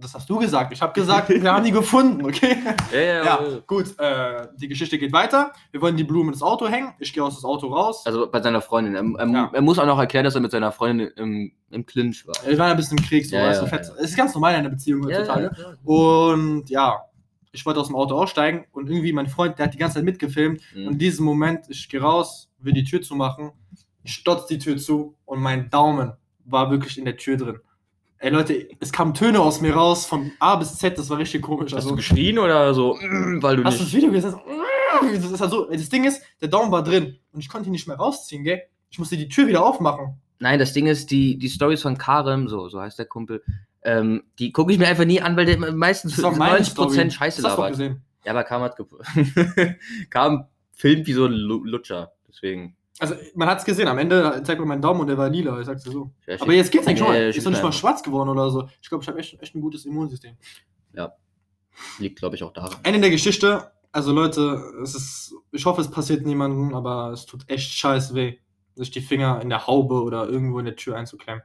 [SPEAKER 2] Das hast du gesagt. Ich habe gesagt, wir haben die gefunden, okay?
[SPEAKER 3] Ja,
[SPEAKER 2] Ja, gut, äh, die Geschichte geht weiter. Wir wollen die Blumen ins Auto hängen. Ich gehe aus dem Auto raus.
[SPEAKER 3] Also bei seiner Freundin. Er, er,
[SPEAKER 2] Ja.
[SPEAKER 3] er muss auch noch erklären, dass er mit seiner Freundin im, im Clinch war.
[SPEAKER 2] Wir waren ein bisschen im Krieg, so,
[SPEAKER 3] Ja,
[SPEAKER 2] weißt du,
[SPEAKER 3] ja,
[SPEAKER 2] fett.
[SPEAKER 3] ja.
[SPEAKER 2] Es ist ganz normal in einer Beziehung heutzutage.
[SPEAKER 3] ne?
[SPEAKER 2] Und ja, ich wollte aus dem Auto aussteigen und irgendwie mein Freund, der hat die ganze Zeit mitgefilmt. Und in
[SPEAKER 3] Mhm.
[SPEAKER 2] diesem Moment, ich gehe raus, will die Tür zumachen, stotz die Tür zu und mein Daumen war wirklich in der Tür drin. Ey Leute, es kamen Töne aus mir raus, von A bis Z, das war richtig komisch.
[SPEAKER 3] Hast
[SPEAKER 2] Also,
[SPEAKER 3] du geschrien oder so? Weil du
[SPEAKER 2] hast du das
[SPEAKER 3] nicht.
[SPEAKER 2] Video gesehen? Das ist halt so, das Ding ist, der Daumen war drin und ich konnte ihn nicht mehr rausziehen, gell? Ich musste die Tür wieder aufmachen.
[SPEAKER 3] Nein, das Ding ist, die, die Stories von Karem, so, so heißt der Kumpel, ähm, die gucke ich mir einfach nie an, weil der meistens
[SPEAKER 2] Das war meine
[SPEAKER 3] 90%
[SPEAKER 2] Story.
[SPEAKER 3] Scheiße
[SPEAKER 2] Das hast du doch
[SPEAKER 3] labert.
[SPEAKER 2] gesehen.
[SPEAKER 3] Ja, aber Karm hat ge- Karm filmt wie so ein Lu- Lutscher. Deswegen.
[SPEAKER 2] Also, man hat es gesehen. Am Ende zeigt man meinen Daumen und der war lila, ich sag's dir so.
[SPEAKER 3] Ja,
[SPEAKER 2] Aber jetzt geht's eigentlich schon.
[SPEAKER 3] Ja, ja,
[SPEAKER 2] mal. ist doch nicht mal
[SPEAKER 3] stimmt
[SPEAKER 2] schwarz geworden oder so. Ich glaube, ich habe echt, echt ein gutes Immunsystem.
[SPEAKER 3] Liegt, glaube ich, auch daran.
[SPEAKER 2] Ende der Geschichte. Also Leute, es ist, ich hoffe, es passiert niemandem, aber es tut echt scheiß weh, sich die Finger in der Haube oder irgendwo in der Tür einzuklemmen.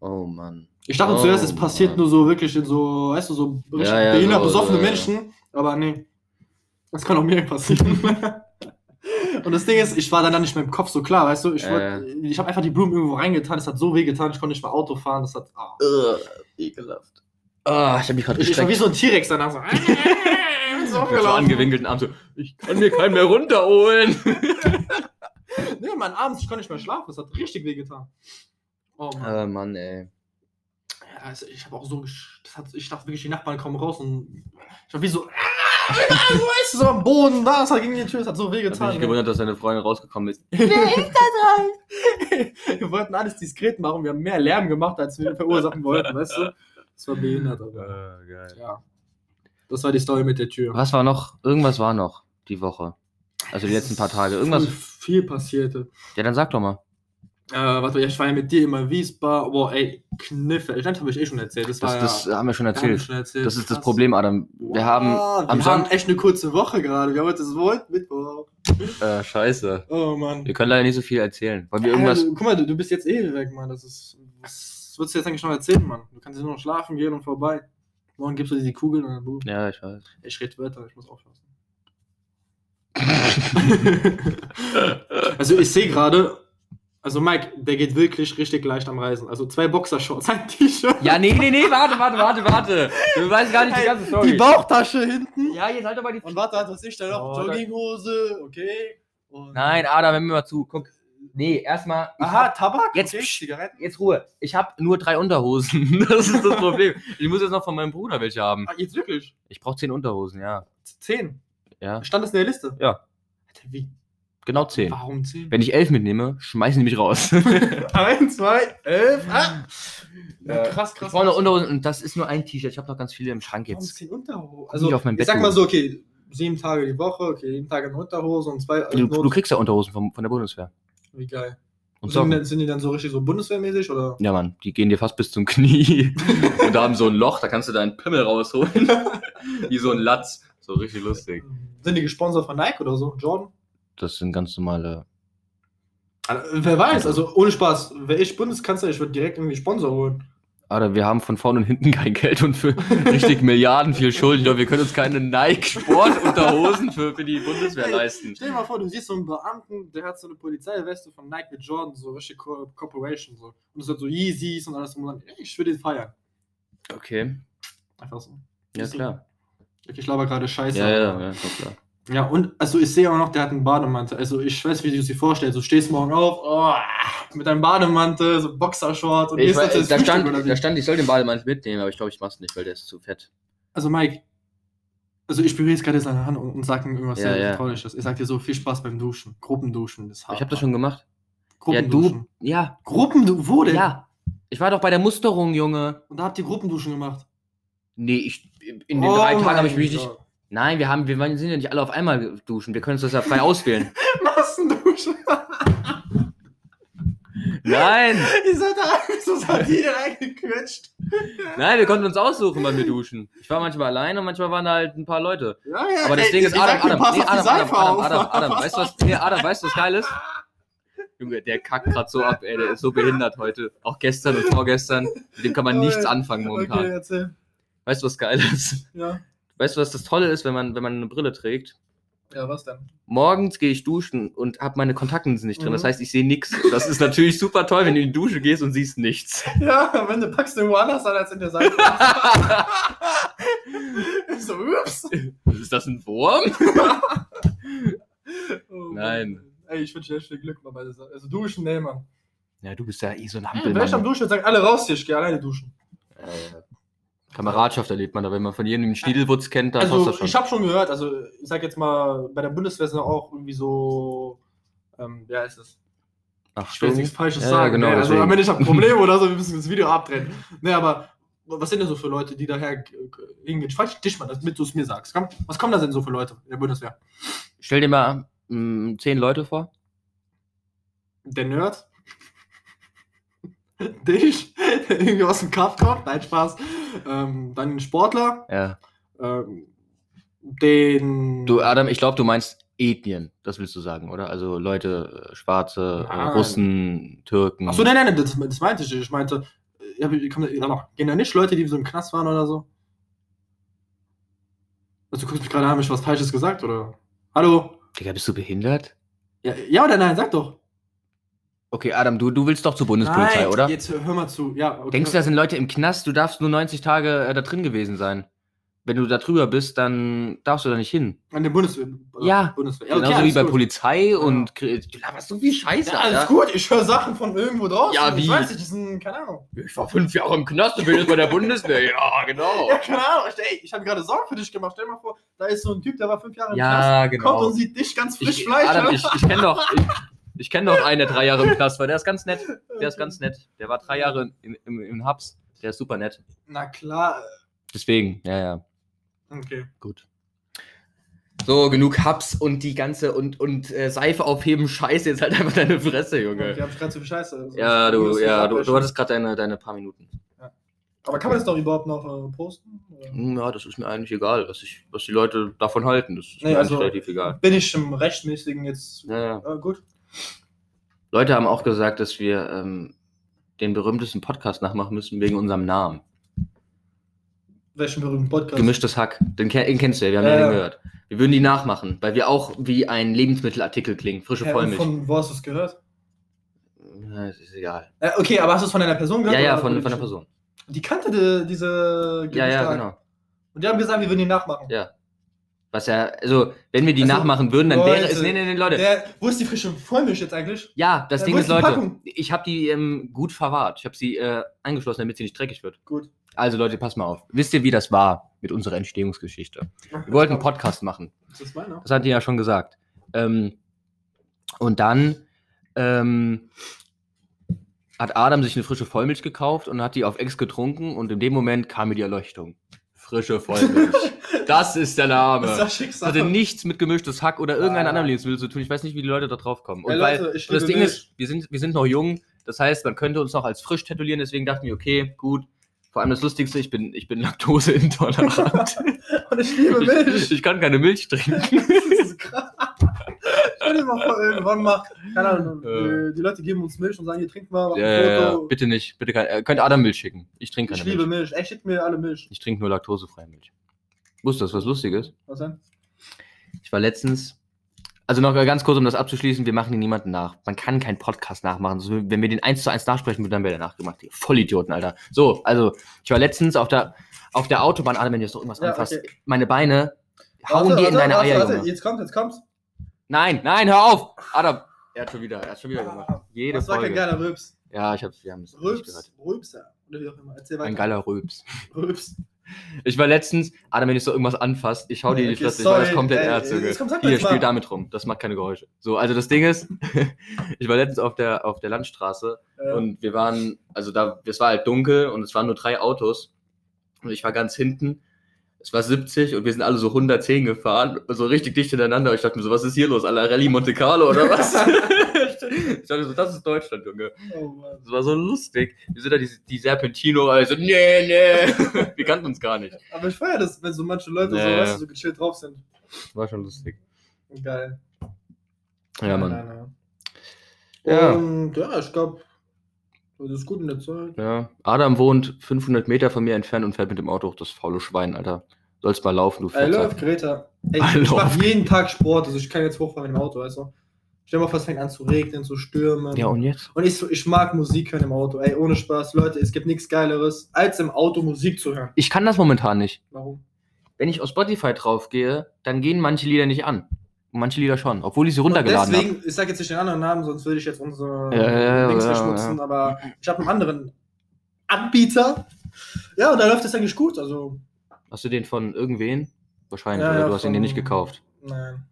[SPEAKER 3] Oh Mann.
[SPEAKER 2] Ich dachte
[SPEAKER 3] Oh,
[SPEAKER 2] zuerst, es passiert
[SPEAKER 3] Mann.
[SPEAKER 2] nur so wirklich in so, weißt du, so richtig
[SPEAKER 3] Ja, ja,
[SPEAKER 2] behindert
[SPEAKER 3] so,
[SPEAKER 2] besoffene
[SPEAKER 3] so, ja.
[SPEAKER 2] Menschen. Aber nee, das kann auch mir passieren. Und das Ding ist, ich war dann dann nicht mehr im Kopf so klar, weißt du. Ich,
[SPEAKER 3] Ja,
[SPEAKER 2] wollt- ich habe einfach die Blumen irgendwo reingetan, es hat so weh getan, ich konnte nicht mehr Auto fahren, das hat... ah.
[SPEAKER 3] Ugh, ekelhaft. Ah, ich habe mich gerade
[SPEAKER 2] Ich war wie
[SPEAKER 3] gestreckt.
[SPEAKER 2] so ein T-Rex danach so. so
[SPEAKER 3] Mit so angewinkelten Arm so, ich kann mir keinen mehr runterholen.
[SPEAKER 2] Nee, Mann, abends, ich konnte nicht mehr schlafen. Das hat richtig weh getan. Oh Mann.
[SPEAKER 3] äh, Mann, ey.
[SPEAKER 2] Ja, also ich habe auch so. gesch- Das hat, ich dachte wirklich, die Nachbarn kommen raus und. Ich war wie so. so ist so am Boden, da, es hat gegen die Tür, es hat so weh
[SPEAKER 3] Ich habe mich
[SPEAKER 2] getan.
[SPEAKER 3] gewundert, dass deine Freundin rausgekommen ist.
[SPEAKER 2] wir wollten alles diskret machen, wir haben mehr Lärm gemacht, als wir verursachen wollten, weißt du? Das war behindert, aber.
[SPEAKER 3] geil.
[SPEAKER 2] Ja. Das war die Story mit der Tür.
[SPEAKER 3] Was war noch? Irgendwas war noch die Woche. Also die letzten paar Tage. Irgendwas.
[SPEAKER 2] Viel, viel passierte.
[SPEAKER 3] Ja, dann sag doch mal.
[SPEAKER 2] Äh, warte, ja, ich war ja mit dir immer in Wiesbaden. Boah, ey, Kniffe. Ich habe ich eh schon erzählt. Das,
[SPEAKER 3] Das,
[SPEAKER 2] war
[SPEAKER 3] das
[SPEAKER 2] ja,
[SPEAKER 3] haben wir schon
[SPEAKER 2] wir haben
[SPEAKER 3] erzählt.
[SPEAKER 2] schon erzählt.
[SPEAKER 3] Das ist das
[SPEAKER 2] Krass.
[SPEAKER 3] Problem, Adam. Wir haben.
[SPEAKER 2] Wow,
[SPEAKER 3] am
[SPEAKER 2] Ah, wir haben
[SPEAKER 3] Sonntag-
[SPEAKER 2] echt eine kurze Woche gerade. Wir haben heute Sonntag, Mittwoch.
[SPEAKER 3] Äh, scheiße.
[SPEAKER 2] Oh Mann.
[SPEAKER 3] Wir können leider nicht so viel erzählen. Wollen wir irgendwas.
[SPEAKER 2] Also, guck mal, du, du bist jetzt eh weg, Mann. Das ist. Was würdest du jetzt eigentlich noch erzählen, Mann? Du kannst jetzt nur noch schlafen gehen und vorbei. Morgen gibst du dir die Kugeln und dann boom.
[SPEAKER 3] Ja, ich weiß.
[SPEAKER 2] Ich rede Wörter, ich muss aufpassen. also ich sehe gerade, also Mike, der geht wirklich richtig leicht am Reisen. Also zwei Boxershorts, ein T-Shirt.
[SPEAKER 3] Ja, nee, nee, nee, warte, warte, warte, warte. Du weißt gar nicht die
[SPEAKER 2] Ey,
[SPEAKER 3] ganze Story.
[SPEAKER 2] Die Bauchtasche hinten.
[SPEAKER 3] ja, jetzt halt doch mal die.
[SPEAKER 2] Und warte, was weiß ich da noch?
[SPEAKER 3] Oh, da-
[SPEAKER 2] Jogginghose, okay. Und
[SPEAKER 3] Nein, Adam, hör mir mal zu. Guck. Nee, erstmal. ich
[SPEAKER 2] Aha,
[SPEAKER 3] hab-
[SPEAKER 2] Tabak?
[SPEAKER 3] Jetzt
[SPEAKER 2] okay,
[SPEAKER 3] psch.
[SPEAKER 2] Zigaretten.
[SPEAKER 3] Jetzt Ruhe. Ich habe nur drei Unterhosen. Das ist das Problem. Ich muss jetzt noch von meinem Bruder welche haben.
[SPEAKER 2] Ah, jetzt wirklich?
[SPEAKER 3] Ich brauche zehn Unterhosen, ja.
[SPEAKER 2] Zehn.
[SPEAKER 3] Ja,
[SPEAKER 2] Stand das in der Liste?
[SPEAKER 3] Ja.
[SPEAKER 2] Alter, wie?
[SPEAKER 3] genau zehn.
[SPEAKER 2] Warum zehn?
[SPEAKER 3] Wenn ich elf mitnehme, schmeißen die mich raus.
[SPEAKER 2] Eins, zwei, elf, ah! Ja,
[SPEAKER 3] Ja.
[SPEAKER 2] krass, krass.
[SPEAKER 3] Hm. Äh, Ich brauche noch Unterhosen und das Äh, ist nur ein T-Shirt. Ich habe noch ganz viele im Schrank
[SPEAKER 2] Warum
[SPEAKER 3] jetzt.
[SPEAKER 2] zehn Unterhosen?
[SPEAKER 3] nicht
[SPEAKER 2] Also,
[SPEAKER 3] auf mein
[SPEAKER 2] ich
[SPEAKER 3] Bett,
[SPEAKER 2] sag mal
[SPEAKER 3] du.
[SPEAKER 2] so, okay, sieben Tage die Woche, okay, jeden Tag eine Unterhose und zwei.
[SPEAKER 3] Du,
[SPEAKER 2] Not-
[SPEAKER 3] du kriegst ja Unterhosen vom, von der Bundeswehr.
[SPEAKER 2] wie geil. sind,
[SPEAKER 3] Und
[SPEAKER 2] die
[SPEAKER 3] Socken.
[SPEAKER 2] dann- sind die dann so richtig so bundeswehrmäßig oder?
[SPEAKER 3] Ja, Mann, die gehen dir fast bis zum Knie. und da haben so ein Loch, da kannst du deinen Pimmel rausholen. Wie so ein Latz. So richtig lustig.
[SPEAKER 2] Sind die gesponsert von Nike oder so? Jordan?
[SPEAKER 3] Das sind ganz normale. Äh,
[SPEAKER 2] Also, wer weiß, also ohne Spaß, wäre ich Bundeskanzler, ich würde direkt irgendwie Sponsor holen.
[SPEAKER 3] Alter, wir haben von vorn und hinten kein Geld und für richtig Milliarden viel Schulden. Doch wir können uns keine Nike-Sport-Unterhosen für, für die Bundeswehr leisten.
[SPEAKER 2] Stell dir mal vor, du siehst so einen Beamten, der hat so eine Polizeiweste von Nike mit Jordan, so richtige Co Corporation so. Und es hat so Yeezys und alles drum und dran. Ich würde den feiern.
[SPEAKER 3] Okay.
[SPEAKER 2] Einfach so.
[SPEAKER 3] Ja, klar.
[SPEAKER 2] Okay, ich laber gerade scheiße.
[SPEAKER 3] Ja, ja, ja, schon klar.
[SPEAKER 2] Ja, und also ich sehe auch noch, der hat einen Bademantel. Also ich weiß, wie du es dir vorstellst. Du stehst morgen auf, oh, mit deinem Bademantel, so Boxershort und
[SPEAKER 3] Ich
[SPEAKER 2] gehst
[SPEAKER 3] war,
[SPEAKER 2] dann ins
[SPEAKER 3] da,
[SPEAKER 2] Frühstück
[SPEAKER 3] stand,
[SPEAKER 2] oder wie?
[SPEAKER 3] da stand, ich soll den Bademantel mitnehmen, aber ich glaube, ich mach's nicht, weil der ist zu fett.
[SPEAKER 2] Also Mike, also ich berühre jetzt gerade seine Hand und, und sag ihm irgendwas
[SPEAKER 3] Ja,
[SPEAKER 2] sehr
[SPEAKER 3] ja.
[SPEAKER 2] Vertrauliches. Ich sag dir so, viel Spaß beim Duschen. Gruppenduschen ist hart.
[SPEAKER 3] Ich habe das schon gemacht. Ja,
[SPEAKER 2] Gruppenduschen.
[SPEAKER 3] du. Ja,
[SPEAKER 2] Gruppendu wo denn?
[SPEAKER 3] ja. Ich war doch bei der Musterung, Junge.
[SPEAKER 2] Und da habt ihr Gruppenduschen gemacht. Oh
[SPEAKER 3] Nee, ich, in den drei Tagen habe ich mich nicht. Nein, wir, haben, wir waren- sind ja nicht alle auf einmal duschen. Wir können uns das ja frei auswählen.
[SPEAKER 2] Massendusche.
[SPEAKER 3] Nein!
[SPEAKER 2] Ihr seid da so Sardinen eingequetscht.
[SPEAKER 3] Nein, wir konnten uns aussuchen, wann wir duschen. Ich war manchmal allein und manchmal waren da halt ein paar Leute.
[SPEAKER 2] Ja, ja,
[SPEAKER 3] Aber das Ding ist,
[SPEAKER 2] ihr
[SPEAKER 3] Adam,
[SPEAKER 2] sagt, ihr
[SPEAKER 3] Adam,
[SPEAKER 2] passt
[SPEAKER 3] nee,
[SPEAKER 2] auf die
[SPEAKER 3] Adam, Adam,
[SPEAKER 2] Seife
[SPEAKER 3] Adam,
[SPEAKER 2] auf.
[SPEAKER 3] Adam, Adam, weißt du was, nee, Adam, weißt du was geil ist? Junge, der kackt gerade so ab, ey, der ist so behindert heute. Auch gestern und vorgestern. Mit dem kann man nichts anfangen
[SPEAKER 2] Okay,
[SPEAKER 3] momentan.
[SPEAKER 2] erzähl.
[SPEAKER 3] Weißt du, was geil ist?
[SPEAKER 2] Ja.
[SPEAKER 3] Weißt du, was das Tolle ist, wenn man, wenn man eine Brille trägt?
[SPEAKER 2] ja, was denn?
[SPEAKER 3] Morgens gehe ich duschen und habe meine Kontaktlinsen nicht drin. Das
[SPEAKER 2] Mhm.
[SPEAKER 3] heißt, ich sehe nichts. Das ist natürlich super toll, wenn du in die Dusche gehst und siehst nichts.
[SPEAKER 2] Ja, wenn du packst, du woanders an als in der Seife. so, ups.
[SPEAKER 3] Ist das ein Wurm?
[SPEAKER 2] Oh, Mann.
[SPEAKER 3] Nein.
[SPEAKER 2] Ey, ich wünsche dir echt viel Glück mal bei dieser. Also duschen, nee, Mann.
[SPEAKER 3] Ja, du bist ja eh so ein
[SPEAKER 2] Hm, wenn ich am
[SPEAKER 3] Hampelmann.
[SPEAKER 2] Duschen sagen alle raus hier, ich gehe alleine duschen.
[SPEAKER 3] Äh, Kameradschaft erlebt man da, wenn man von jedem den Schniedelwutz kennt, dann passt
[SPEAKER 2] also
[SPEAKER 3] das schon.
[SPEAKER 2] ich habe schon gehört, also ich sag jetzt mal, bei der Bundeswehr sind auch irgendwie so, ähm, wer ist das?
[SPEAKER 3] Ach,
[SPEAKER 2] Ich will jetzt nichts Falsches
[SPEAKER 3] Ja, ja,
[SPEAKER 2] sagen.
[SPEAKER 3] genau,
[SPEAKER 2] nee, also
[SPEAKER 3] deswegen.
[SPEAKER 2] wenn ich hab Probleme oder so, wir müssen das Video abdrehen. Nee, aber was sind denn so für Leute, die daher äh, hingehen? Falsch dich mal, damit du es mir sagst. Komm, was kommen da denn so für Leute in der Bundeswehr?
[SPEAKER 3] Stell dir mal mh, zehn Leute vor.
[SPEAKER 2] Der Nerd? Dich? Der irgendwie aus dem Kaff kommt? Nein, Spaß. Ähm, dann den Sportler.
[SPEAKER 3] Ja.
[SPEAKER 2] Ähm, den.
[SPEAKER 3] Du, Adam, ich glaube, du meinst Ethnien, das willst du sagen, oder? Also Leute, äh, Schwarze, äh,
[SPEAKER 2] Nein.
[SPEAKER 3] Russen, Türken.
[SPEAKER 2] Achso, nein, nein, nein, das, das meinte ich. nicht. Ich meinte, äh, ja, wie- kann man- ja, noch, gehen da nicht Leute, die so im Knast waren oder so? Also, du guckst mich gerade an, habe ich was Falsches gesagt oder? Hallo?
[SPEAKER 3] Digga, bist du behindert?
[SPEAKER 2] Ja, ja oder nein? Sag doch.
[SPEAKER 3] Okay, Adam, du, du willst doch zur Bundespolizei,
[SPEAKER 2] nein,
[SPEAKER 3] oder?
[SPEAKER 2] Jetzt hör mal zu. Ja, okay.
[SPEAKER 3] Denkst du, da sind Leute im Knast, du darfst nur 90 Tage äh, da drin gewesen sein. Wenn du da drüber bist, dann darfst du da nicht hin.
[SPEAKER 2] An der Bundeswehr. äh,
[SPEAKER 3] Ja,
[SPEAKER 2] Bundeswehr.
[SPEAKER 3] Genauso wie
[SPEAKER 2] alles
[SPEAKER 3] bei
[SPEAKER 2] gut.
[SPEAKER 3] Polizei und Kri- du laberst so viel Scheiße,
[SPEAKER 2] Ja, alles
[SPEAKER 3] Alter.
[SPEAKER 2] gut, ich höre Sachen von irgendwo draußen.
[SPEAKER 3] Ja, wie?
[SPEAKER 2] Ich weiß nicht, die sind, keine Ahnung.
[SPEAKER 3] Ich war fünf Jahre im Knast und bin jetzt bei der Bundeswehr. Ja, genau.
[SPEAKER 2] Ja, keine Ahnung. Ich, ey, ich habe gerade Sorgen für dich gemacht. Stell dir mal vor, da ist so ein Typ, der war fünf Jahre im Knast,
[SPEAKER 3] Ja, genau.
[SPEAKER 2] kommt und sieht dich ganz frisch ne?
[SPEAKER 3] Ich,
[SPEAKER 2] Fleisch.
[SPEAKER 3] Adam,
[SPEAKER 2] oder?
[SPEAKER 3] ich, ich kenne doch, ich, ich kenn doch einen, der drei Jahre im Knast war. Der ist ganz nett. Der ist ganz nett. Der war drei Jahre im, im, im Hubs. Der ist super nett.
[SPEAKER 2] Na klar.
[SPEAKER 3] Deswegen, ja, ja,
[SPEAKER 2] Okay.
[SPEAKER 3] gut. So, genug Hubs und die ganze und, und äh, Seife aufheben, Scheiße, jetzt halt einfach deine Fresse,
[SPEAKER 2] Okay.
[SPEAKER 3] Junge.
[SPEAKER 2] Ich hab's gerade zu viel Scheiße.
[SPEAKER 3] Ja, du,
[SPEAKER 2] Bundeswehr
[SPEAKER 3] ja, du,
[SPEAKER 2] abbrechen.
[SPEAKER 3] du hattest gerade deine, deine paar Minuten.
[SPEAKER 2] Aber kann man das doch überhaupt noch äh, posten? Oder?
[SPEAKER 3] Hm, Ja, das ist mir eigentlich egal, was, ich, was die Leute davon halten. Das ist
[SPEAKER 2] Nee,
[SPEAKER 3] mir
[SPEAKER 2] also-
[SPEAKER 3] eigentlich relativ egal.
[SPEAKER 2] Bin ich im Rechtmäßigen jetzt
[SPEAKER 3] Ja, ja.
[SPEAKER 2] äh, gut?
[SPEAKER 3] Leute haben auch gesagt, dass wir ähm, den berühmtesten Podcast nachmachen müssen wegen unserem Namen.
[SPEAKER 2] Welchen berühmten Podcast?
[SPEAKER 3] Gemischtes Hack. Den, ken- den kennst du ja, wir haben ja,
[SPEAKER 2] Ja,
[SPEAKER 3] den
[SPEAKER 2] ja.
[SPEAKER 3] gehört. Wir würden die nachmachen, weil wir auch wie ein Lebensmittelartikel klingen. Frische
[SPEAKER 2] ja, und
[SPEAKER 3] Vollmilch.
[SPEAKER 2] von wo hast du es gehört?
[SPEAKER 3] Ja, es ist egal.
[SPEAKER 2] Äh, okay, aber hast du es von einer Person
[SPEAKER 3] Ja,
[SPEAKER 2] gehört?
[SPEAKER 3] ja,
[SPEAKER 2] oder
[SPEAKER 3] von,
[SPEAKER 2] politisch?
[SPEAKER 3] von der Person.
[SPEAKER 2] Die kannte die, diese
[SPEAKER 3] Ja, ja,
[SPEAKER 2] Gemischlag.
[SPEAKER 3] genau.
[SPEAKER 2] Und die haben gesagt, wir würden ihn nachmachen.
[SPEAKER 3] Ja. Was ja, also, wenn wir die
[SPEAKER 2] Also,
[SPEAKER 3] nachmachen würden, dann wäre es.
[SPEAKER 2] Leute,
[SPEAKER 3] Nee, nee, nee, Leute.
[SPEAKER 2] Der, wo ist die frische Vollmilch jetzt eigentlich?
[SPEAKER 3] Ja, das
[SPEAKER 2] Ja,
[SPEAKER 3] Ding
[SPEAKER 2] wo
[SPEAKER 3] ist,
[SPEAKER 2] ist die
[SPEAKER 3] Leute,
[SPEAKER 2] Packung?
[SPEAKER 3] ich habe die ähm, gut verwahrt. Ich habe sie äh, eingeschlossen, damit sie nicht dreckig wird.
[SPEAKER 2] Gut.
[SPEAKER 3] Also, Leute, passt mal auf. Wisst ihr, wie das war mit unserer Entstehungsgeschichte? Wir wollten einen Podcast machen.
[SPEAKER 2] Das ist meiner.
[SPEAKER 3] Das hat die ja schon gesagt. Ähm, und dann ähm, hat Adam sich eine frische Vollmilch gekauft und hat die auf Ex getrunken und in dem Moment kam mir die Erleuchtung. Frische Vollmilch. das ist der Name.
[SPEAKER 2] Das ist
[SPEAKER 3] Das
[SPEAKER 2] das Schicksal.
[SPEAKER 3] hatte nichts mit gemischtes Hack oder irgendeinem
[SPEAKER 2] Ah.
[SPEAKER 3] anderen Lebensmittel zu tun. Ich weiß nicht, wie die Leute da drauf kommen. Und
[SPEAKER 2] Ey,
[SPEAKER 3] weil,
[SPEAKER 2] Leute, ich
[SPEAKER 3] und das
[SPEAKER 2] liebe
[SPEAKER 3] Ding ist, wir sind, wir sind noch jung. Das heißt, man könnte uns noch als frisch tätowieren. Deswegen dachten wir, okay, gut. Vor allem das Lustigste, ich bin, ich bin laktoseintolerant.
[SPEAKER 2] Und ich liebe
[SPEAKER 3] ich,
[SPEAKER 2] Milch.
[SPEAKER 3] ich kann keine Milch trinken.
[SPEAKER 2] Das ist krass. Stell dir mal vor, irgendwann mal, keine Ahnung,
[SPEAKER 3] Äh.
[SPEAKER 2] die- die Leute geben uns Milch und sagen, hier trinkt mal mach ein
[SPEAKER 3] Ja, ja, ja,
[SPEAKER 2] Foto.
[SPEAKER 3] bitte nicht. Bitte kein, äh, könnt Adam Milch schicken. Ich trinke
[SPEAKER 2] Ich
[SPEAKER 3] keine
[SPEAKER 2] liebe
[SPEAKER 3] Milch.
[SPEAKER 2] Milch. Ey, schickt mir alle Milch.
[SPEAKER 3] Ich trinke nur laktosefreie Milch. Wusstest du, das, was Lustiges?
[SPEAKER 2] Was denn?
[SPEAKER 3] Ich war letztens. Also noch ganz kurz, um das abzuschließen, wir machen hier niemanden nach. Man kann keinen Podcast nachmachen. Also wenn wir den eins zu eins nachsprechen würden, dann wäre der nachgemacht. Ihr Vollidioten, Alter. So, also, ich war letztens auf der, auf der Autobahn, Adam, wenn du jetzt noch irgendwas
[SPEAKER 2] Ja,
[SPEAKER 3] anfasst.
[SPEAKER 2] okay.
[SPEAKER 3] Meine Beine hauen dir in deine Eier, Junge.
[SPEAKER 2] Jetzt kommt, jetzt kommt.
[SPEAKER 3] Nein, nein, hör auf! Adam! Er hat schon wieder, er hat schon wieder
[SPEAKER 2] Ah,
[SPEAKER 3] gemacht. Jede
[SPEAKER 2] das war kein
[SPEAKER 3] Folge.
[SPEAKER 2] geiler Rübs.
[SPEAKER 3] ja, ich hab's, wir haben es nicht gehört.
[SPEAKER 2] Rübs, Rübser. Oder wie auch immer. Erzähl weiter.
[SPEAKER 3] Ein geiler Rübs.
[SPEAKER 2] Rübs.
[SPEAKER 3] Ich war letztens, Adam, wenn ich so irgendwas anfasst, ich hau dir die
[SPEAKER 2] Okay,
[SPEAKER 3] Fresse, ich war das
[SPEAKER 2] sorry, Äh,
[SPEAKER 3] komplett
[SPEAKER 2] ey,
[SPEAKER 3] ernst. Junge.
[SPEAKER 2] jetzt komm, sag mir
[SPEAKER 3] Hier,
[SPEAKER 2] jetzt mal.
[SPEAKER 3] spiel damit rum, das macht keine Geräusche. So, also das Ding ist, ich war letztens auf der, auf der Landstraße
[SPEAKER 2] Ja.
[SPEAKER 3] und wir waren, also da, es war halt dunkel und es waren nur drei Autos und ich war ganz hinten Es war 70 und wir sind alle so 110 gefahren, so richtig dicht hintereinander. Ich dachte mir so, was ist hier los? Aller Rallye Monte Carlo oder was? ich dachte mir so, das ist Deutschland, Junge.
[SPEAKER 2] Oh,
[SPEAKER 3] Das war so lustig. Wir sind da die, die Serpentino, also, nee, nee. wir kannten uns gar nicht.
[SPEAKER 2] Aber ich feiere das, wenn so manche Leute so,
[SPEAKER 3] Ja,
[SPEAKER 2] weißt
[SPEAKER 3] ja.
[SPEAKER 2] du, so gechillt drauf sind.
[SPEAKER 3] War schon lustig.
[SPEAKER 2] Geil.
[SPEAKER 3] Ja, Mann.
[SPEAKER 2] Nein, nein, nein.
[SPEAKER 3] Ja.
[SPEAKER 2] Und ja, ich glaube, das ist gut in der Zeit.
[SPEAKER 3] Ja. Adam wohnt 500 Meter von mir entfernt und fährt mit dem Auto hoch. Das faule Schwein, Alter. Sollst mal laufen, du
[SPEAKER 2] I love
[SPEAKER 3] Fetzer.
[SPEAKER 2] Greta. Ey,
[SPEAKER 3] I
[SPEAKER 2] ich
[SPEAKER 3] love
[SPEAKER 2] mache jeden Tag Sport, also ich kann jetzt hochfahren mit dem Auto, weißt du. Stell dir mal vor, es fängt an zu regnen, zu stürmen.
[SPEAKER 3] Ja, und jetzt?
[SPEAKER 2] Und ich, ich mag Musik hören im Auto. Ey, ohne Spaß, Leute, es gibt nichts Geileres, als im Auto Musik zu hören.
[SPEAKER 3] Ich kann das momentan nicht.
[SPEAKER 2] Warum?
[SPEAKER 3] Wenn ich auf Spotify draufgehe, dann gehen manche Lieder nicht an. Und manche Lieder schon, obwohl ich sie
[SPEAKER 2] Und
[SPEAKER 3] runtergeladen habe.
[SPEAKER 2] deswegen, ich sag jetzt nicht den anderen Namen, sonst würde ich jetzt unsere
[SPEAKER 3] Ja, ja, ja,
[SPEAKER 2] Dings
[SPEAKER 3] ja,
[SPEAKER 2] verschmutzen, aber ich habe einen anderen Anbieter. Ja, und da läuft es eigentlich gut, also
[SPEAKER 3] Hast du den von irgendwen? Wahrscheinlich,
[SPEAKER 2] Ja,
[SPEAKER 3] oder
[SPEAKER 2] ja,
[SPEAKER 3] du hast ihn dir
[SPEAKER 2] von-
[SPEAKER 3] nicht gekauft.
[SPEAKER 2] nein.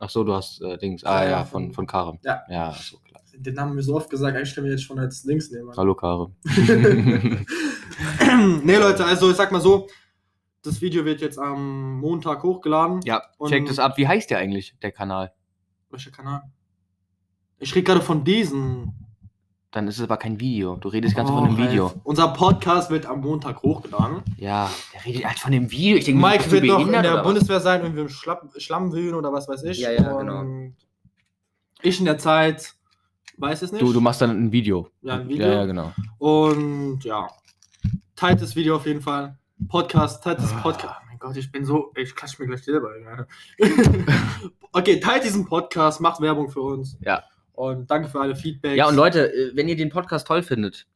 [SPEAKER 3] Ach so, du hast äh, Dings.
[SPEAKER 2] Ja,
[SPEAKER 3] Ah ja,
[SPEAKER 2] ja,
[SPEAKER 3] von,
[SPEAKER 2] von-
[SPEAKER 3] von Kare.
[SPEAKER 2] Ja.
[SPEAKER 3] Ja, ach so klar.
[SPEAKER 2] Den Namen haben wir so oft gesagt, eigentlich können wir jetzt schon als Links nehmen.
[SPEAKER 3] Hallo Kare.
[SPEAKER 2] nee, Leute, also ich sag mal so, das Video wird jetzt am Montag hochgeladen.
[SPEAKER 3] ja,
[SPEAKER 2] Und-
[SPEAKER 3] checkt es ab. Wie heißt der eigentlich, der Kanal?
[SPEAKER 2] Welcher Kanal? Ich rede gerade von diesen.
[SPEAKER 3] Dann ist es aber kein Video. Du redest ganz von
[SPEAKER 2] Oh,
[SPEAKER 3] dem Video.
[SPEAKER 2] Ralf. Unser Podcast wird am Montag hochgeladen.
[SPEAKER 3] Ja, der redet halt von dem Video. Ich denke,
[SPEAKER 2] Mike wird noch in der
[SPEAKER 3] Bundeswehr.
[SPEAKER 2] Bundeswehr sein, wenn wir im Schlamm, Schlamm wühlen oder was weiß ich.
[SPEAKER 3] Ja, ja,
[SPEAKER 2] Und
[SPEAKER 3] genau.
[SPEAKER 2] Ich in der Zeit weiß es nicht.
[SPEAKER 3] Du, du machst dann ein Video.
[SPEAKER 2] Ja, ein Video.
[SPEAKER 3] Ja, ja genau.
[SPEAKER 2] Und ja, teilt das Video auf jeden Fall. Podcast, teilt
[SPEAKER 3] Ah.
[SPEAKER 2] das Podcast. Oh mein Gott, ich bin so, ich klatsche mir gleich selber. Ja. okay, teilt diesen Podcast, macht Werbung für uns.
[SPEAKER 3] Ja.
[SPEAKER 2] Und danke für alle Feedbacks.
[SPEAKER 3] Ja, und Leute, äh, wenn ihr den Podcast toll findet,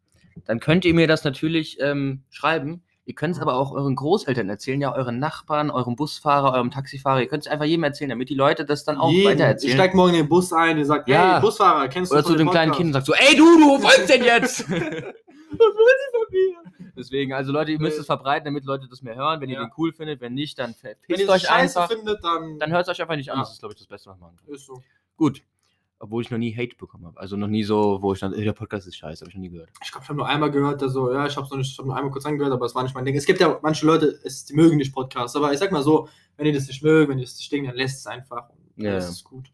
[SPEAKER 3] dann könnt ihr mir das natürlich ähm, schreiben. Ihr könnt es aber auch euren Großeltern erzählen, ja, euren Nachbarn, eurem Busfahrer, eurem Taxifahrer. Ihr könnt es einfach jedem erzählen, damit die Leute das dann auch
[SPEAKER 2] Jeden. Ich
[SPEAKER 3] weitererzählen.
[SPEAKER 2] steig morgen in den Bus ein, ihr sagt,
[SPEAKER 3] Ja.
[SPEAKER 2] hey, Busfahrer, kennst du
[SPEAKER 3] Oder zu
[SPEAKER 2] von
[SPEAKER 3] dem kleinen
[SPEAKER 2] Podcast?
[SPEAKER 3] Kind und sagt so, ey du, du folgst denn jetzt? Deswegen, also Leute, ihr müsst es verbreiten, damit Leute das mehr hören. Wenn ihr
[SPEAKER 2] Ja.
[SPEAKER 3] den cool findet, wenn nicht, dann
[SPEAKER 2] Wenn
[SPEAKER 3] verpisst
[SPEAKER 2] ihr es
[SPEAKER 3] euch
[SPEAKER 2] scheiße
[SPEAKER 3] einfach.
[SPEAKER 2] findet, dann,
[SPEAKER 3] Dann hört es euch einfach nicht an.
[SPEAKER 2] Ja.
[SPEAKER 3] Das ist, glaube ich, das Beste, was man machen kann.
[SPEAKER 2] ist so.
[SPEAKER 3] Gut. Obwohl ich noch nie Hate bekommen habe. Also noch nie so, wo ich dann, ey, der Podcast ist scheiße, habe ich noch nie gehört.
[SPEAKER 2] Ich glaube, ich habe nur einmal gehört, der so, ja, ich habe es hab nur einmal kurz angehört, aber es war nicht mein Ding. Es gibt ja manche Leute, es, die mögen nicht Podcasts, aber ich sag mal so, wenn ihr das nicht mögt, wenn ihr das nicht denkt, dann lässt es einfach. Und
[SPEAKER 3] Ja,
[SPEAKER 2] Das
[SPEAKER 3] ja.
[SPEAKER 2] ist gut.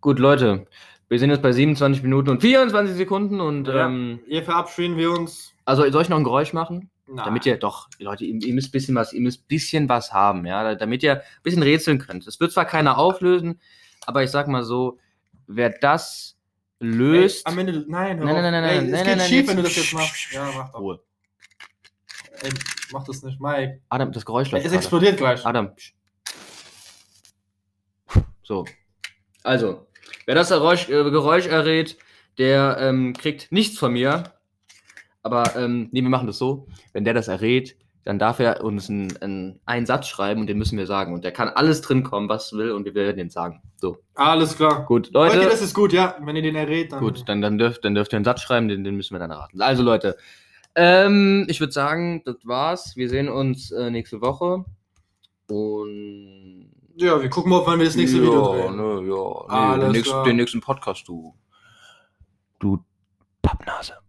[SPEAKER 3] Gut, Leute, wir sind jetzt bei 27 Minuten und 24 Sekunden und
[SPEAKER 2] Ja.
[SPEAKER 3] ähm,
[SPEAKER 2] Hier verabschieden wir uns.
[SPEAKER 3] also soll ich noch ein Geräusch machen?
[SPEAKER 2] Nein.
[SPEAKER 3] Damit ihr doch, Leute, ihr, ihr müsst bisschen was, ihr müsst bisschen was haben, ja, damit ihr ein bisschen rätseln könnt. Es wird zwar keiner auflösen, aber ich sag mal so, wer das
[SPEAKER 2] Ey,
[SPEAKER 3] löst.
[SPEAKER 2] am Ende, nein, hör
[SPEAKER 3] Nein,
[SPEAKER 2] auf.
[SPEAKER 3] nein, nein, nein,
[SPEAKER 2] Ey,
[SPEAKER 3] nein,
[SPEAKER 2] Es
[SPEAKER 3] nein,
[SPEAKER 2] geht
[SPEAKER 3] nein,
[SPEAKER 2] schief,
[SPEAKER 3] jetzt-
[SPEAKER 2] wenn du das jetzt machst. Ja, mach doch.
[SPEAKER 3] Ruhe.
[SPEAKER 2] Ey, mach das nicht, Mike.
[SPEAKER 3] Adam, das Geräusch
[SPEAKER 2] Ey,
[SPEAKER 3] läuft.
[SPEAKER 2] es
[SPEAKER 3] gerade.
[SPEAKER 2] explodiert gleich.
[SPEAKER 3] Adam. psch. So. Also, wer das Geräusch, äh, Geräusch errät, der ähm, kriegt nichts von mir. Aber ähm, nee, wir machen das so. Wenn der das errät, dann darf er uns einen, einen, einen Satz schreiben und den müssen wir sagen. Und der kann alles drin kommen, was will, und wir werden den sagen. So,
[SPEAKER 2] Alles klar.
[SPEAKER 3] gut,
[SPEAKER 2] Leute,
[SPEAKER 3] Leute.
[SPEAKER 2] das ist gut, ja. Wenn ihr den errät, dann.
[SPEAKER 3] Gut, dann, dann, dürft, dann dürft ihr einen Satz schreiben, den, den müssen wir dann erraten. Also Leute, ähm, ich würde sagen, das war's. Wir sehen uns äh, nächste Woche. Und
[SPEAKER 2] Ja, wir gucken mal, wann wir das nächste
[SPEAKER 3] ja,
[SPEAKER 2] Video drehen.
[SPEAKER 3] Ne, ja, nee,
[SPEAKER 2] Alles
[SPEAKER 3] den, nächsten,
[SPEAKER 2] klar.
[SPEAKER 3] den nächsten Podcast, du. Du Pappnase.